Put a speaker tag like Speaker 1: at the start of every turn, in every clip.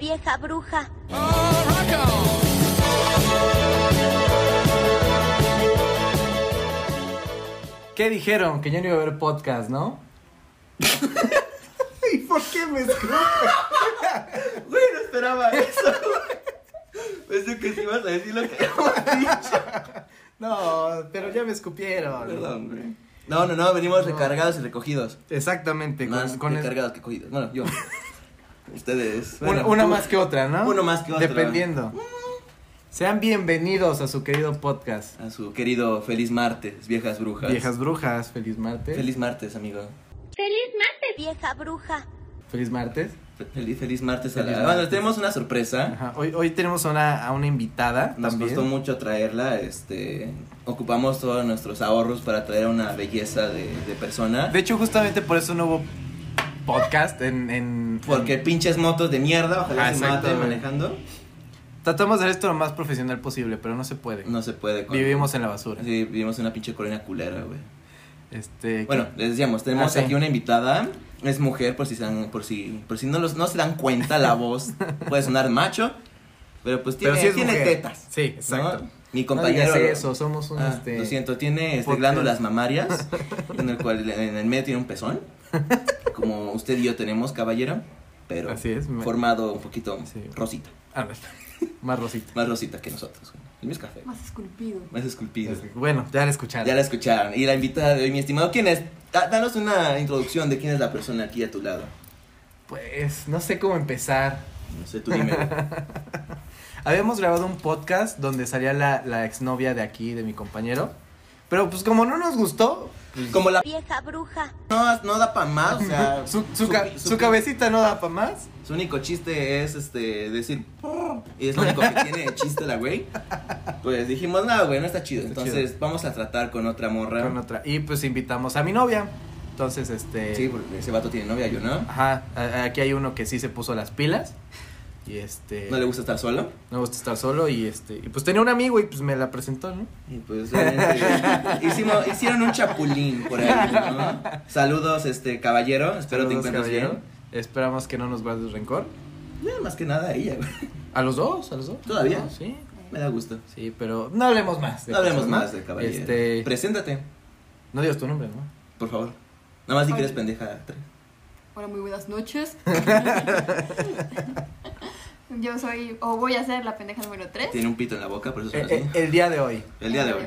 Speaker 1: vieja bruja.
Speaker 2: ¿Qué dijeron? Que ya no iba a haber podcast, ¿no?
Speaker 3: ¿Y por qué me escuchas?
Speaker 4: Güey, no esperaba eso. Pensé que sí ibas a decir lo que habíamos dicho.
Speaker 3: No, pero ya me escupieron.
Speaker 4: Perdón, güey. No, no, no, venimos recargados y recogidos.
Speaker 3: Exactamente,
Speaker 4: Más
Speaker 3: con, con el-
Speaker 4: recargados que cogidos. Bueno, yo. Ustedes.
Speaker 2: Una-
Speaker 4: bueno,
Speaker 2: una
Speaker 4: tú.
Speaker 2: más que otra, ¿no?
Speaker 4: uno más que otra. Mm.
Speaker 2: Dependiendo. Sean bienvenidos a su querido podcast.
Speaker 4: A su querido feliz martes, viejas brujas.
Speaker 2: Viejas brujas, feliz martes.
Speaker 4: Feliz martes, amigo.
Speaker 1: Feliz martes, vieja bruja.
Speaker 2: Feliz martes.
Speaker 4: Fe- Feliz, feliz martes. a
Speaker 2: Feliz
Speaker 4: la-
Speaker 2: martes.
Speaker 4: Bueno, tenemos una sorpresa.
Speaker 2: Ajá, Hoy, hoy tenemos a una, a una invitada
Speaker 4: Nos
Speaker 2: también.
Speaker 4: costó mucho traerla, este, ocupamos todos nuestros ahorros para traer a una belleza de, de persona.
Speaker 2: De hecho, justamente por eso no hubo podcast en... en-
Speaker 4: porque pinches motos de mierda, ojalá
Speaker 2: Ah,
Speaker 4: se maten
Speaker 2: exactamente.
Speaker 4: manejando.
Speaker 2: en- tratamos de hacer esto lo más profesional posible, pero no se puede.
Speaker 4: No se puede. con-
Speaker 2: Vivimos en la basura.
Speaker 4: Sí, vivimos en una pinche colonia culera, güey.
Speaker 2: Este,
Speaker 4: Bueno, les decíamos, tenemos
Speaker 2: Ah, sí.
Speaker 4: aquí una invitada, es mujer, por si, se dan- por si, por si no, los, no se dan cuenta la voz, puede sonar macho, pero pues tiene,
Speaker 2: pero sí es
Speaker 4: tiene
Speaker 2: mujer.
Speaker 4: tetas.
Speaker 2: Sí, exacto.
Speaker 4: ¿no? Mi
Speaker 2: No
Speaker 4: compañero.
Speaker 2: digas eso, somos un
Speaker 4: Ah,
Speaker 2: este...
Speaker 4: Lo siento, tiene este,
Speaker 2: podcast.
Speaker 4: glándulas mamarias, en el cual en el medio tiene un pezón, como usted y yo tenemos, caballero, pero
Speaker 2: Así es, me-
Speaker 4: formado un poquito
Speaker 2: Sí.
Speaker 4: rosita,
Speaker 2: Ah, Más rosita.
Speaker 4: más rosita que nosotros. güey. El mío es café,
Speaker 5: Más esculpido.
Speaker 4: más esculpido.
Speaker 2: Este, Bueno, ya la escucharon.
Speaker 4: Ya la escucharon. Y la invitada de hoy, mi estimado, ¿quién es? Da- Danos una introducción de quién es la persona aquí a tu lado.
Speaker 2: Pues no sé cómo empezar.
Speaker 4: No sé, tú dime.
Speaker 2: Habíamos grabado un podcast donde salía la, la exnovia de aquí, de mi compañero. Pero pues como no nos gustó, pues,
Speaker 4: Como la
Speaker 1: Vieja bruja.
Speaker 4: no, no da pa' más, o sea,
Speaker 2: su, su ca-
Speaker 4: su-
Speaker 2: su cabecita no da para más.
Speaker 4: su único chiste es este decir "Prr", y es lo único que tiene de chiste la güey. Pues dijimos, no, güey, no está chido.
Speaker 2: Está
Speaker 4: Entonces vamos a tratar con otra morra.
Speaker 2: Con otra. Y pues invitamos a mi novia. Entonces, este...
Speaker 4: Eh, Sí, porque ese vato tiene novia, yo no.
Speaker 2: Ajá, a- aquí hay uno que sí se puso las pilas. Y este...
Speaker 4: No le gusta estar solo.
Speaker 2: no me gusta estar solo y este... Y pues tenía un amigo y pues me la presentó, ¿no?
Speaker 4: Y pues realmente hicimos, hicieron un chapulín por ahí, ¿no? Saludos, este caballero. Espero te
Speaker 2: Saludos,
Speaker 4: encuentres
Speaker 2: caballero.
Speaker 4: bien.
Speaker 2: Esperamos que no nos guardes rencor.
Speaker 4: No, más que nada a ella, güey.
Speaker 2: A los dos, a los dos.
Speaker 4: ¿Todavía?
Speaker 2: No, Sí.
Speaker 4: Me da gusto.
Speaker 2: Sí, pero no hablemos más. de
Speaker 4: No hablemos
Speaker 2: cosas,
Speaker 4: más de caballero.
Speaker 2: pues, Este,
Speaker 4: Preséntate,
Speaker 2: no digas tu nombre, ¿no?
Speaker 4: por favor. Nada más si
Speaker 5: Ay.
Speaker 4: quieres pendeja. tres.
Speaker 5: Hola, muy buenas noches. Yo soy, o voy a ser la pendeja número 3.
Speaker 4: Tiene un pito en la boca, por eso suena
Speaker 2: Eh,
Speaker 4: así.
Speaker 2: eh, el día de hoy.
Speaker 4: El día de hoy.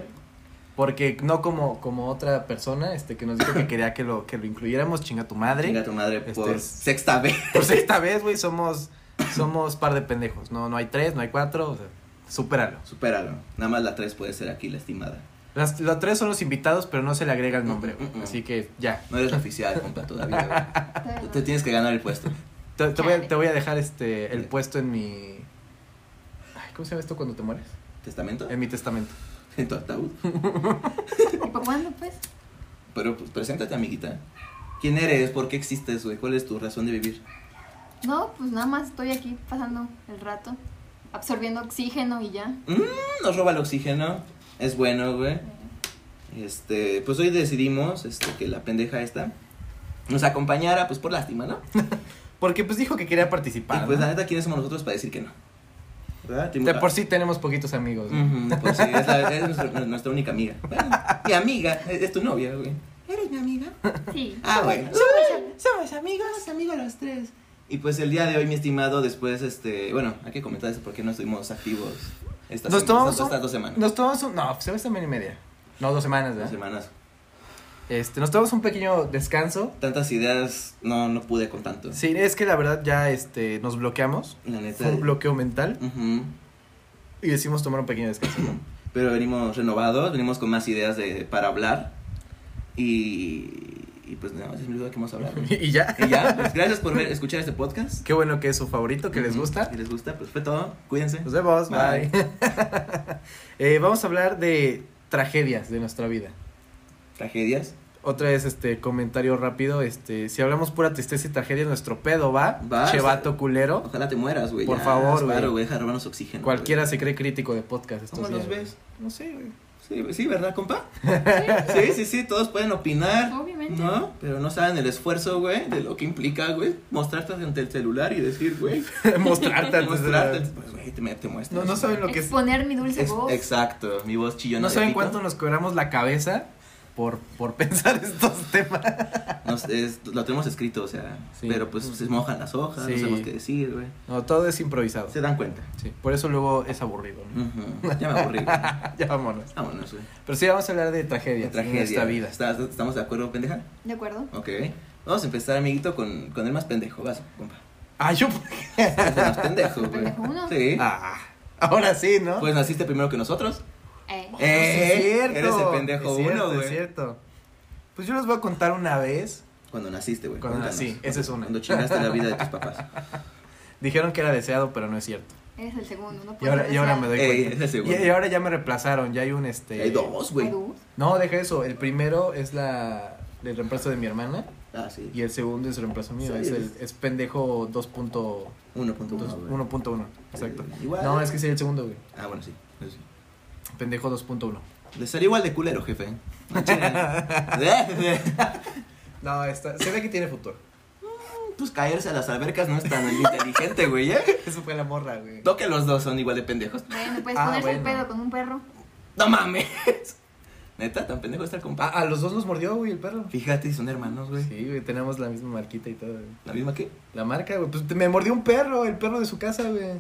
Speaker 2: Porque no como, como otra persona este, que nos dijo que quería que lo, que lo incluyéramos, chinga tu madre.
Speaker 4: Chinga tu madre por
Speaker 2: Este es-
Speaker 4: sexta vez.
Speaker 2: Por sexta vez, güey, somos, somos par de pendejos. No, no hay tres, no hay cuatro. O sea, supéralo.
Speaker 4: Supéralo. Nada más la tres puede ser aquí la estimada.
Speaker 2: Las, los tres son los invitados, pero no se le agrega el nombre, güey.
Speaker 4: Mm, mm, mm.
Speaker 2: Así que ya.
Speaker 4: No eres oficial, compa, todavía. güey. Te tienes que ganar el puesto.
Speaker 2: Te, te voy, a, te voy a dejar este el puesto en mi. Ay, ¿Cómo se llama esto cuando te mueres?
Speaker 4: ¿Testamento?
Speaker 2: En mi testamento.
Speaker 4: En tu ataúd.
Speaker 5: ¿Y por cuándo, pues?
Speaker 4: Pero pues preséntate, amiguita. ¿Quién eres? ¿Por qué existes, güey? ¿Cuál es tu razón de vivir?
Speaker 5: No, pues nada más estoy aquí pasando el rato, absorbiendo oxígeno y ya.
Speaker 4: Mm, nos roba el oxígeno. Es bueno, güey. Este, pues hoy decidimos este, que la pendeja esta nos acompañara, pues por lástima, ¿no?
Speaker 2: Porque pues dijo que quería participar.
Speaker 4: Y pues
Speaker 2: ¿no?
Speaker 4: la neta, ¿quiénes somos nosotros para decir que no? ¿Verdad?
Speaker 2: De por sí tenemos poquitos amigos. ¿no?
Speaker 4: Ujú, de por sí, es, la- es nuestra, nuestra única amiga. Bueno, mi amiga, e-, es, es tu novia, güey. ¿Eres mi amiga?
Speaker 5: Sí.
Speaker 4: Ah, bueno. Somos, somos amigos. Somos amigos los tres. Y pues el día de hoy, mi estimado, después, este, bueno, hay que comentar eso porque no estuvimos activos estas,
Speaker 2: Nos
Speaker 4: semanas,
Speaker 2: tomamos
Speaker 4: estas
Speaker 2: un-
Speaker 4: dos semanas.
Speaker 2: Nos tomamos un. No, pues, se ve semana y media. No, dos semanas,
Speaker 4: Dos
Speaker 2: ¿verdad?
Speaker 4: semanas.
Speaker 2: Este, nos tomamos un pequeño descanso.
Speaker 4: Tantas ideas, no, no pude con tanto.
Speaker 2: Sí, es que la verdad ya este, nos bloqueamos.
Speaker 4: La neta.
Speaker 2: Fue un bloqueo mental.
Speaker 4: Ujú.
Speaker 2: Y decidimos tomar un pequeño descanso. ¿no?
Speaker 4: Pero venimos renovados, venimos con más ideas de, para hablar. Y, y pues nada más, es lo que hemos hablado.
Speaker 2: y ya.
Speaker 4: Y ya, pues gracias por ver- escuchar este podcast.
Speaker 2: Qué bueno que es su favorito, que les gusta.
Speaker 4: Si les gusta, pues fue todo. Cuídense.
Speaker 2: Nos vemos,
Speaker 4: Bye.
Speaker 2: bye. Eh, vamos a hablar de tragedias de nuestra vida.
Speaker 4: Tragedias.
Speaker 2: Otra vez, este comentario rápido. Este, si hablamos pura tristeza y tragedia, nuestro pedo va.
Speaker 4: Va,
Speaker 2: Chevato culero.
Speaker 4: Ojalá te mueras, güey.
Speaker 2: Por
Speaker 4: ya,
Speaker 2: favor,
Speaker 4: es Claro,
Speaker 2: güey.
Speaker 4: güey, deja de robarnos oxígeno.
Speaker 2: Cualquiera
Speaker 4: güey.
Speaker 2: se cree crítico de podcast. Estos
Speaker 4: ¿Cómo los
Speaker 2: días, güey.
Speaker 4: ves?
Speaker 2: No sé, güey.
Speaker 4: Sí, sí, ¿verdad, compa? Sí, sí, sí, todos pueden opinar.
Speaker 5: Obviamente. Exactamente.
Speaker 4: No, pero no saben el esfuerzo, güey, de lo que implica, güey, mostrarte ante el celular y decir, güey,
Speaker 2: Mostrarte antes de la-
Speaker 4: mostrarte, pues, güey, te, me- te muestras.
Speaker 2: No, no saben lo que es.
Speaker 5: Exponer mi dulce
Speaker 4: Es-
Speaker 5: voz.
Speaker 4: Exacto, mi voz chillona.
Speaker 2: No
Speaker 4: de
Speaker 2: saben
Speaker 4: pito.
Speaker 2: cuánto nos quebramos la cabeza por, por pensar estos temas.
Speaker 4: Nos- es- lo tenemos escrito, o sea,
Speaker 2: Sí.
Speaker 4: pero pues se mojan las hojas, no
Speaker 2: Sí.
Speaker 4: sabemos qué decir, güey.
Speaker 2: No, todo es improvisado.
Speaker 4: Se dan cuenta.
Speaker 2: Sí, por eso luego es aburrido. ¿no?
Speaker 4: Ujú, Ya me aburrí. güey.
Speaker 2: ya vámonos.
Speaker 4: Vámonos, güey.
Speaker 2: Pero sí, vamos a hablar de tragedias
Speaker 4: De
Speaker 2: de
Speaker 4: tragedia.
Speaker 2: nuestra vida.
Speaker 4: ¿Estás- ¿Estamos de acuerdo, pendeja?
Speaker 5: ¿De acuerdo?
Speaker 4: Ok. Vamos a empezar, amiguito, con, con el más pendejo. Vas, compa.
Speaker 2: Ah, yo.
Speaker 4: Es el más pendejo, güey.
Speaker 5: ¿Pendejo uno?
Speaker 4: Sí.
Speaker 2: Ah, ahora sí, ¿no?
Speaker 4: Pues naciste primero que nosotros.
Speaker 5: Eh.
Speaker 2: Sí, es cierto.
Speaker 4: Eres el pendejo
Speaker 2: Es cierto,
Speaker 4: uno,
Speaker 2: Es
Speaker 4: güey.
Speaker 2: cierto. Pues yo les voy a contar una vez.
Speaker 4: Cuando naciste, güey.
Speaker 2: Cuando
Speaker 4: Cuéntanos.
Speaker 2: nací, esa es una.
Speaker 4: Cuando chingaste la vida de tus papás.
Speaker 2: Dijeron que era deseado, pero no es cierto.
Speaker 5: Eres el segundo, no
Speaker 2: Y
Speaker 5: puedes
Speaker 2: ahora, y ahora me doy
Speaker 4: Ey,
Speaker 2: cuenta.
Speaker 4: es el segundo.
Speaker 2: Y, y ahora ya me reemplazaron, ya hay un este.
Speaker 4: Hay dos, güey.
Speaker 2: No, deja eso. El primero es la el reemplazo de mi hermana
Speaker 4: Ah, sí.
Speaker 2: y el segundo es el reemplazo mío.
Speaker 4: Sí,
Speaker 2: es, el,
Speaker 4: es-
Speaker 2: es pendejo 2.1.
Speaker 4: 1.1. güey.
Speaker 2: 1.1. Exacto.
Speaker 4: Igual.
Speaker 2: No, es que sería el segundo, güey.
Speaker 4: Ah, bueno, sí. eso sí.
Speaker 2: Pendejo 2.1.
Speaker 4: Le salió igual de culero, jefe. ¿eh? No chingues.
Speaker 2: No, está, se ve que tiene futuro.
Speaker 4: pues caerse a las albercas no es tan inteligente, güey, ¿eh?
Speaker 2: Eso fue la morra, güey.
Speaker 4: No que los dos son igual de pendejos.
Speaker 5: Bueno, pues
Speaker 2: Ah,
Speaker 5: ponerse el
Speaker 2: bueno.
Speaker 5: pedo con un perro.
Speaker 4: ¡No mames! Neta, tan pendejo está el compa.
Speaker 2: A, a los dos los mordió, güey, el perro.
Speaker 4: Fíjate, son hermanos, güey.
Speaker 2: Sí, güey, tenemos la misma marquita y todo. güey.
Speaker 4: ¿La misma qué?
Speaker 2: La marca, güey. Pues te- me mordió un perro, el perro de su casa, güey.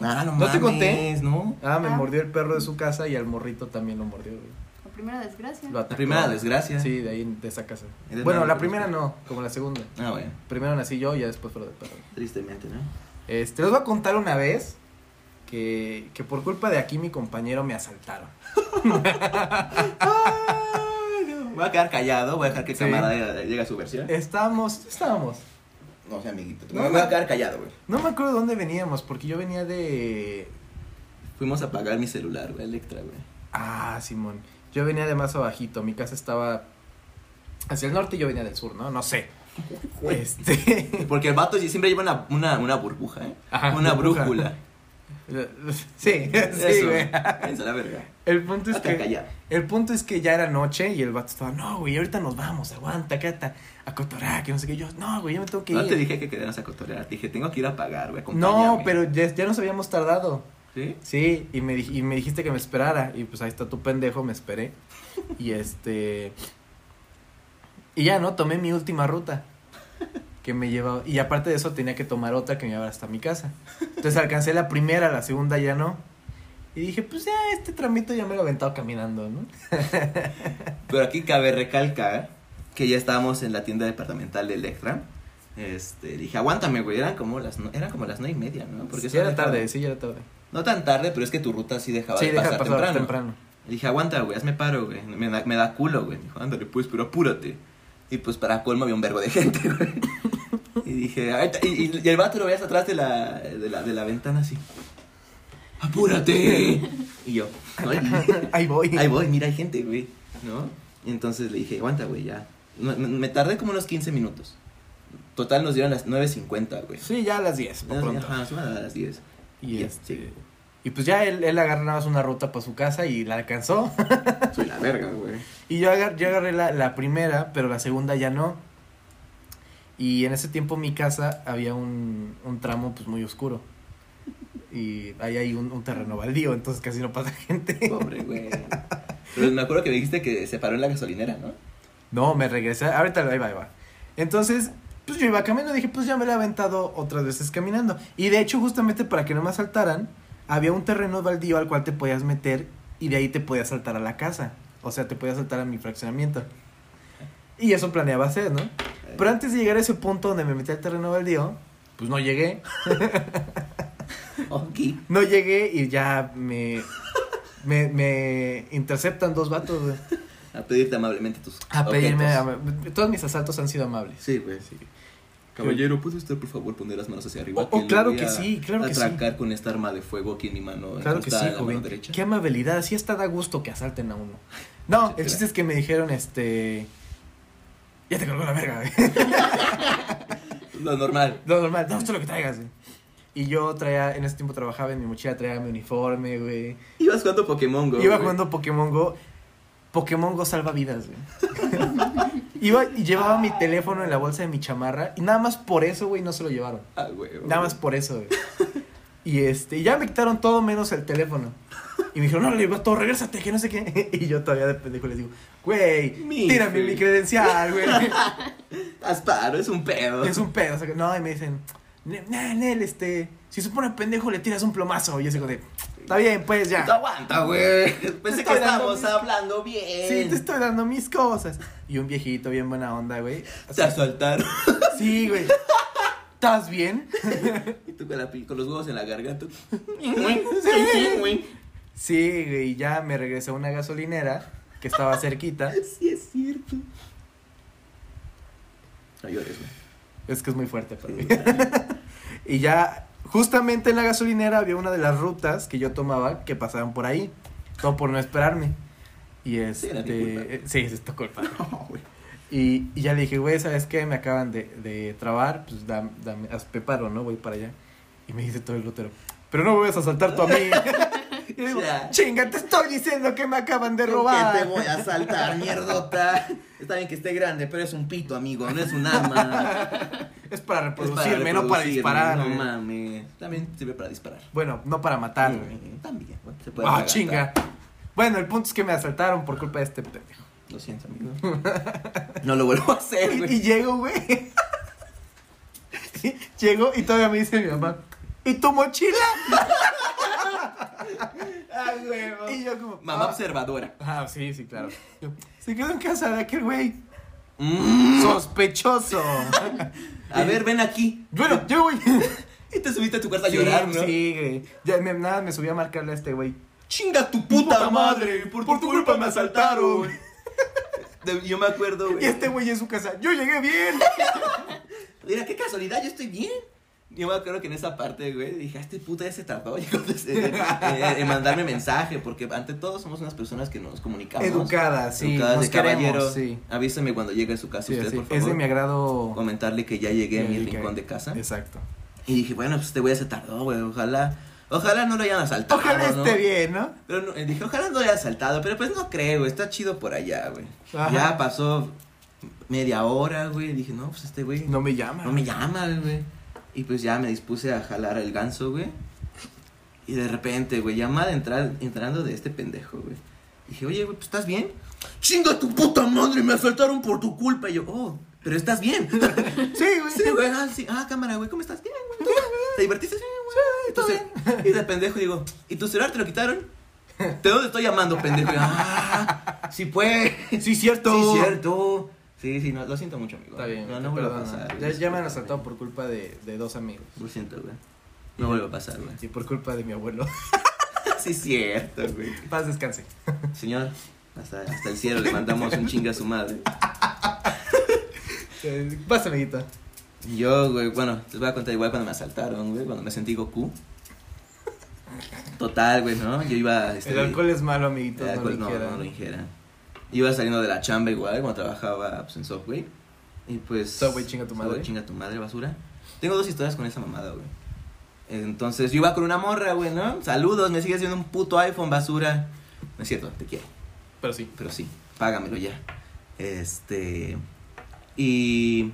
Speaker 4: Ah, no,
Speaker 2: ¿No te
Speaker 4: mames,
Speaker 2: conté?
Speaker 4: ¿no?
Speaker 2: Ah, me
Speaker 5: Ah.
Speaker 2: mordió el perro de su casa y al morrito también lo mordió, güey.
Speaker 5: La primera desgracia.
Speaker 2: Lo atacó.
Speaker 4: La primera desgracia.
Speaker 2: Sí, de ahí, de esa casa.
Speaker 4: Eres
Speaker 2: Bueno,
Speaker 4: malo,
Speaker 2: la
Speaker 4: pero-
Speaker 2: primera no, como la segunda.
Speaker 4: Ah, bueno.
Speaker 2: Primero nací yo y ya después fue lo del perro.
Speaker 4: Tristemente, ¿no?
Speaker 2: Este, les voy a contar una vez que, que por culpa de aquí mi compañero me asaltaron.
Speaker 4: Voy a quedar callado, voy a dejar que el
Speaker 2: Sí.
Speaker 4: camarada llegue a su versión.
Speaker 2: Estábamos, estábamos.
Speaker 4: No sé, amiguito.
Speaker 2: No,
Speaker 4: me
Speaker 2: no.
Speaker 4: voy a quedar callado, güey.
Speaker 2: No me acuerdo dónde veníamos, porque yo venía de.
Speaker 4: Fuimos a pagar mi celular, güey, Electra, güey.
Speaker 2: Ah, Simón. Yo venía de más abajito. Mi casa estaba hacia el norte y yo venía del sur, ¿no? No sé. Este.
Speaker 4: Porque el vato siempre lleva una, una, una burbuja, ¿eh?
Speaker 2: Ajá,
Speaker 4: una
Speaker 2: burbuja.
Speaker 4: brújula.
Speaker 2: Sí, sí,
Speaker 4: Eso,
Speaker 2: güey.
Speaker 4: Eso, la verga.
Speaker 2: El punto es
Speaker 4: Voy a quedar
Speaker 2: que.
Speaker 4: callado.
Speaker 2: El punto es que ya era noche y el vato estaba, no, güey, ahorita nos vamos, aguanta, cata, a cotorrar, que no sé qué. Yo, no, güey, yo me tengo que
Speaker 4: No
Speaker 2: ir.
Speaker 4: te dije que quedáramos a cotorear, te dije, tengo que ir a pagar, güey,
Speaker 2: no,
Speaker 4: acompáñame.
Speaker 2: pero ya, ya nos habíamos tardado.
Speaker 4: ¿Sí?
Speaker 2: Sí, y me, dij- y me dijiste que me esperara. Y pues ahí está tu pendejo, me esperé. Y este. Y ya, ¿no? Tomé mi última ruta. Que me llevaba. Y aparte de eso, tenía que tomar otra que me llevara hasta mi casa. Entonces alcancé la primera, la segunda ya no. Y dije, pues ya, este tramito ya me lo he aventado caminando, ¿no?
Speaker 4: Pero aquí cabe recalcar que ya estábamos en la tienda departamental de Electra. Este, dije, aguántame, güey, eran como las, no- eran como las nueve y media, ¿no?
Speaker 2: Porque sí,
Speaker 4: eso
Speaker 2: era
Speaker 4: dejaba-
Speaker 2: tarde, sí, ya era tarde.
Speaker 4: No tan tarde, pero es que tu ruta sí dejaba
Speaker 2: sí,
Speaker 4: de
Speaker 2: deja
Speaker 4: pasar,
Speaker 2: pasar
Speaker 4: temprano.
Speaker 2: temprano.
Speaker 4: Dije, aguanta, güey, hazme paro, güey, me da, me da culo, güey. Dijo, ándale, pues, pero apúrate. Y pues para colmo había un vergo de gente, güey. Y dije, "Ay, ta-". y, y- y el vato lo veías atrás de la, de la, de la ventana así. ¡Apúrate! Y yo, "Ay".
Speaker 2: Ahí voy.
Speaker 4: Ahí voy, mira, hay gente, güey, ¿no? Y entonces le dije, aguanta, güey, ya. No, me, me tardé como unos 15 minutos. Total, nos dieron las 9.50, güey.
Speaker 2: Sí, ya a las 10, por
Speaker 4: Nos-
Speaker 2: pronto.
Speaker 4: Ajá, nos iban a dar las 10.
Speaker 2: Y
Speaker 4: Ya,
Speaker 2: este.
Speaker 4: sí.
Speaker 2: Y pues ya él, él agarró nada más una ruta para su casa y la alcanzó.
Speaker 4: Soy la verga, güey.
Speaker 2: Y yo, agar- yo agarré la, la primera, pero la segunda ya no. Y en ese tiempo en mi casa había un, un tramo pues muy oscuro. Y ahí hay un, un terreno baldío, entonces casi no pasa gente.
Speaker 4: Pobre, güey. Pero me acuerdo que me dijiste que se paró en la gasolinera, ¿no?
Speaker 2: No, me regresé. Ahorita ahí va, ahí va. Entonces, pues yo iba caminando, dije, pues ya me la he aventado otras veces caminando. Y de hecho, justamente para que no me asaltaran, había un terreno baldío al cual te podías meter y de ahí te podías saltar a la casa. O sea, te podías saltar a mi fraccionamiento. Y eso planeaba hacer, ¿no? Pero antes de llegar a ese punto donde me metí al terreno baldío, pues no llegué.
Speaker 4: Ok.
Speaker 2: No llegué y ya me. Me, me interceptan dos vatos güey,
Speaker 4: A pedirte amablemente tus
Speaker 2: a pedirme.
Speaker 4: objetos.
Speaker 2: a- todos mis asaltos han sido amables.
Speaker 4: Sí, güey, sí. Caballero, ¿puede usted por favor poner las manos hacia arriba?
Speaker 2: Oh, oh,
Speaker 4: le
Speaker 2: claro
Speaker 4: voy
Speaker 2: que
Speaker 4: a
Speaker 2: sí, claro que sí.
Speaker 4: Atracar con esta arma de fuego aquí en mi mano.
Speaker 2: Claro que sí,
Speaker 4: incrustada en la mano
Speaker 2: joven.
Speaker 4: derecha.
Speaker 2: Qué amabilidad, sí está da gusto que asalten a uno. No, el chiste es que me dijeron, este... Ya te colgó la verga, güey.
Speaker 4: Lo normal.
Speaker 2: Lo normal, no, esto es lo que traigas, güey. Y yo traía, en ese tiempo trabajaba en mi mochila, traía mi uniforme, güey.
Speaker 4: Ibas jugando Pokémon Go.
Speaker 2: Iba
Speaker 4: güey.
Speaker 2: jugando Pokémon Go. Pokémon Go salva vidas, güey. Iba y llevaba mi teléfono en la bolsa de mi chamarra. Y nada más por eso, güey, no se lo llevaron.
Speaker 4: Ah, güey.
Speaker 2: Nada más por eso, güey. Y este, y ya me quitaron todo menos el teléfono. Y me dijeron, no, le digo, todo, regrésate, que no sé qué. Y yo todavía de pendejo les digo, güey,
Speaker 4: Mi
Speaker 2: tírame
Speaker 4: fe.
Speaker 2: mi credencial, güey.
Speaker 4: Asparo, es un pedo.
Speaker 2: es un pedo. o sea, que- no, y me dicen, "Ne- ne- Nel, este, si se pone pendejo le tiras un plomazo. Y yo así como de, está bien, pues ya.
Speaker 4: Tú Aguanta, güey. Pensé que
Speaker 2: Estoy dando
Speaker 4: estábamos
Speaker 2: mis-
Speaker 4: hablando bien.
Speaker 2: Sí, te estoy dando mis cosas. Y un viejito bien buena onda, güey.
Speaker 4: Te asaltaron.
Speaker 2: Sí, güey. ¿Estás bien?
Speaker 4: Y tú con, la pi- con los huevos en la garganta.
Speaker 2: Sí, güey, y ya me regresé a una gasolinera que estaba cerquita.
Speaker 4: sí, es cierto. No llores, güey.
Speaker 2: Es que es muy fuerte pues, para mí. y ya, justamente en la gasolinera había una de las rutas que yo tomaba que pasaban por ahí. Todo por no esperarme. Y
Speaker 4: Sí,
Speaker 2: este.
Speaker 4: era mi culpa.
Speaker 2: eh, sí, es tu culpa.
Speaker 4: No, güey.
Speaker 2: Y, y ya le dije, güey, ¿sabes qué? Me acaban de, de trabar, pues dame, dame, hazme paro, ¿no? Voy para allá. Y me dice todo el rutero, pero no me vayas a saltar tú a mí. y yo digo,
Speaker 4: Ya.
Speaker 2: chinga, te estoy diciendo que me acaban de
Speaker 4: ¿Con qué
Speaker 2: robar.
Speaker 4: te voy a saltar, mierdota? Está bien que esté grande, pero es un pito, amigo. No es un arma.
Speaker 2: Es para
Speaker 4: Es
Speaker 2: reproducirme, no para
Speaker 4: reproducirme,
Speaker 2: disparar.
Speaker 4: No
Speaker 2: güey.
Speaker 4: mames. También sirve para disparar.
Speaker 2: bueno, no para matar. güey.
Speaker 4: Mm, También. güey, se puede
Speaker 2: Ah,
Speaker 4: adelantar.
Speaker 2: chinga. Bueno, el punto es que me asaltaron por culpa de este pendejo.
Speaker 4: Lo siento, amigo. No lo vuelvo a hacer,
Speaker 2: Y, y
Speaker 4: güey.
Speaker 2: llego, güey. Y llego y todavía me dice mi mamá, ¿y tu mochila? Y yo como,
Speaker 4: Mamá pues,
Speaker 2: "Ah".
Speaker 4: observadora.
Speaker 2: Ah, sí, sí, claro. Se quedó en casa de aquel güey.
Speaker 4: Mm.
Speaker 2: Sospechoso.
Speaker 4: A ver, ven aquí.
Speaker 2: bueno, yo, güey.
Speaker 4: Y te subiste a tu cuarto a llorar, ¿no?
Speaker 2: Sí, güey. Ya, me- nada, me subí a marcarle a este güey.
Speaker 4: Chinga tu puta,
Speaker 2: Puta
Speaker 4: madre.
Speaker 2: madre,
Speaker 4: Por, tu culpa, me asaltaron. De- Yo me acuerdo, güey.
Speaker 2: Y este güey en su casa. Yo llegué bien.
Speaker 4: Mira, qué casualidad, yo estoy bien. Yo me acuerdo que en esa parte, güey, dije, "Ah, este puta ya se tardó llegó desde- eh, eh, en mandarme mensaje, porque ante todo somos unas personas que nos comunicamos.
Speaker 2: Educadas, sí.
Speaker 4: Educadas
Speaker 2: nos
Speaker 4: de
Speaker 2: queremos,
Speaker 4: caballero.
Speaker 2: sí.
Speaker 4: Avísame cuando llegue a su casa
Speaker 2: Sí,
Speaker 4: usted,
Speaker 2: así.
Speaker 4: por favor.
Speaker 2: Es de mi agrado.
Speaker 4: Comentarle que ya llegué a mi
Speaker 2: Sí, que-
Speaker 4: rincón de casa.
Speaker 2: Exacto.
Speaker 4: Y dije, bueno, pues este güey ya se tardó, güey, ojalá, ojalá no lo hayan asaltado,
Speaker 2: Ojalá
Speaker 4: Ah, ¿no?
Speaker 2: esté bien, ¿no?
Speaker 4: Pero no- eh, dije, ojalá no lo haya asaltado, pero pues no creo, güey, está chido por allá, güey.
Speaker 2: Ajá.
Speaker 4: Ya pasó media hora, güey, dije, no, pues este güey...
Speaker 2: No me llama.
Speaker 4: No me llama, güey. Y pues ya me dispuse a jalar el ganso, güey. Y de repente, güey, llamada entrar, entrando de este pendejo, güey. Dije, oye, güey, pues estás bien. Chinga tu puta madre, me asaltaron por tu culpa. Y yo, oh, pero estás bien.
Speaker 2: Sí, güey.
Speaker 4: sí, güey, ah, sí. Ah, cámara, güey, ¿cómo estás? Bien, güey. ¿tú? ¿Te divertiste? Sí, güey. Entonces, y de pendejo digo, ¿y tu celular te lo quitaron? ¿De dónde estoy llamando, pendejo? Y yo, ah, sí, pues.
Speaker 2: Sí, cierto.
Speaker 4: Sí, cierto. Sí, sí, no, lo siento mucho, amigo.
Speaker 2: Está bien.
Speaker 4: No, no
Speaker 2: güey, te
Speaker 4: vuelvo a
Speaker 2: perdono.
Speaker 4: pasar.
Speaker 2: Ya, ya me han
Speaker 4: Disculpa.
Speaker 2: asaltado por culpa de, de dos amigos.
Speaker 4: Lo siento, güey. No vuelvo a pasar, güey.
Speaker 2: Y por culpa de mi abuelo.
Speaker 4: Sí, es cierto, güey.
Speaker 2: Paz, descanse.
Speaker 4: Señor, hasta, hasta el cielo le mandamos un chinga a su madre.
Speaker 2: Eh, Vas, amiguita.
Speaker 4: Y Yo, güey, bueno, les voy a contar igual cuando me asaltaron, güey, cuando me sentí Goku. Total, güey, ¿no? Yo iba. Este,
Speaker 2: El alcohol es malo, amiguitos.
Speaker 4: el alcohol
Speaker 2: no,
Speaker 4: pues no,
Speaker 2: lo
Speaker 4: no lo
Speaker 2: ingieran.
Speaker 4: ingiera. Iba saliendo de la chamba igual, cuando trabajaba pues, en Subway. Y pues.
Speaker 2: Subway, chinga tu madre.
Speaker 4: Subway, chinga tu madre, basura. Tengo dos historias con esa mamada, güey. Entonces, yo iba con una morra, güey, ¿no? Saludos, me sigues viendo un puto iPhone, basura. No es cierto, te quiero.
Speaker 2: Pero sí.
Speaker 4: Pero sí, págamelo ya. Este. Y.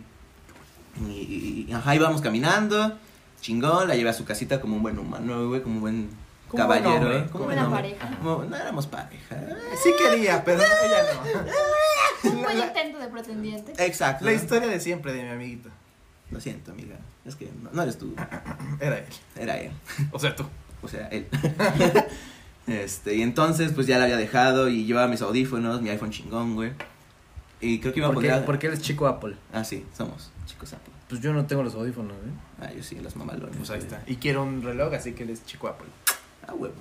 Speaker 4: y- y- ajá, íbamos caminando. Chingón, la llevé a su casita como un buen humano, güey, como un buen
Speaker 2: Como un
Speaker 4: caballero.
Speaker 2: hombre,
Speaker 4: ¿eh?
Speaker 2: como
Speaker 4: un
Speaker 5: una
Speaker 4: buen hombre.
Speaker 5: pareja.
Speaker 4: Ajá, como- no éramos pareja.
Speaker 2: Sí quería, pero ella
Speaker 5: Un
Speaker 2: no.
Speaker 5: buen
Speaker 2: La,
Speaker 5: intento de pretendiente.
Speaker 4: Exacto.
Speaker 2: la historia de siempre de mi amiguito.
Speaker 4: Lo siento, amiga. Es que no, no eres tú,
Speaker 2: Era él.
Speaker 4: era él.
Speaker 2: O sea, tú.
Speaker 4: O sea, él. este, y entonces, pues ya la había dejado y llevaba mis audífonos, mi iPhone chingón, güey. Y creo que iba a
Speaker 2: Porque,
Speaker 4: poner. a-
Speaker 2: porque él es chico Apple.
Speaker 4: Ah, sí, somos chicos Apple.
Speaker 2: Pues yo no tengo los audífonos, ¿eh?
Speaker 4: Ah, yo sí, los mamalones.
Speaker 2: Pues ahí
Speaker 4: güey.
Speaker 2: está. Y quiero un reloj, así que él es chico Apple.
Speaker 4: Ah, huevo.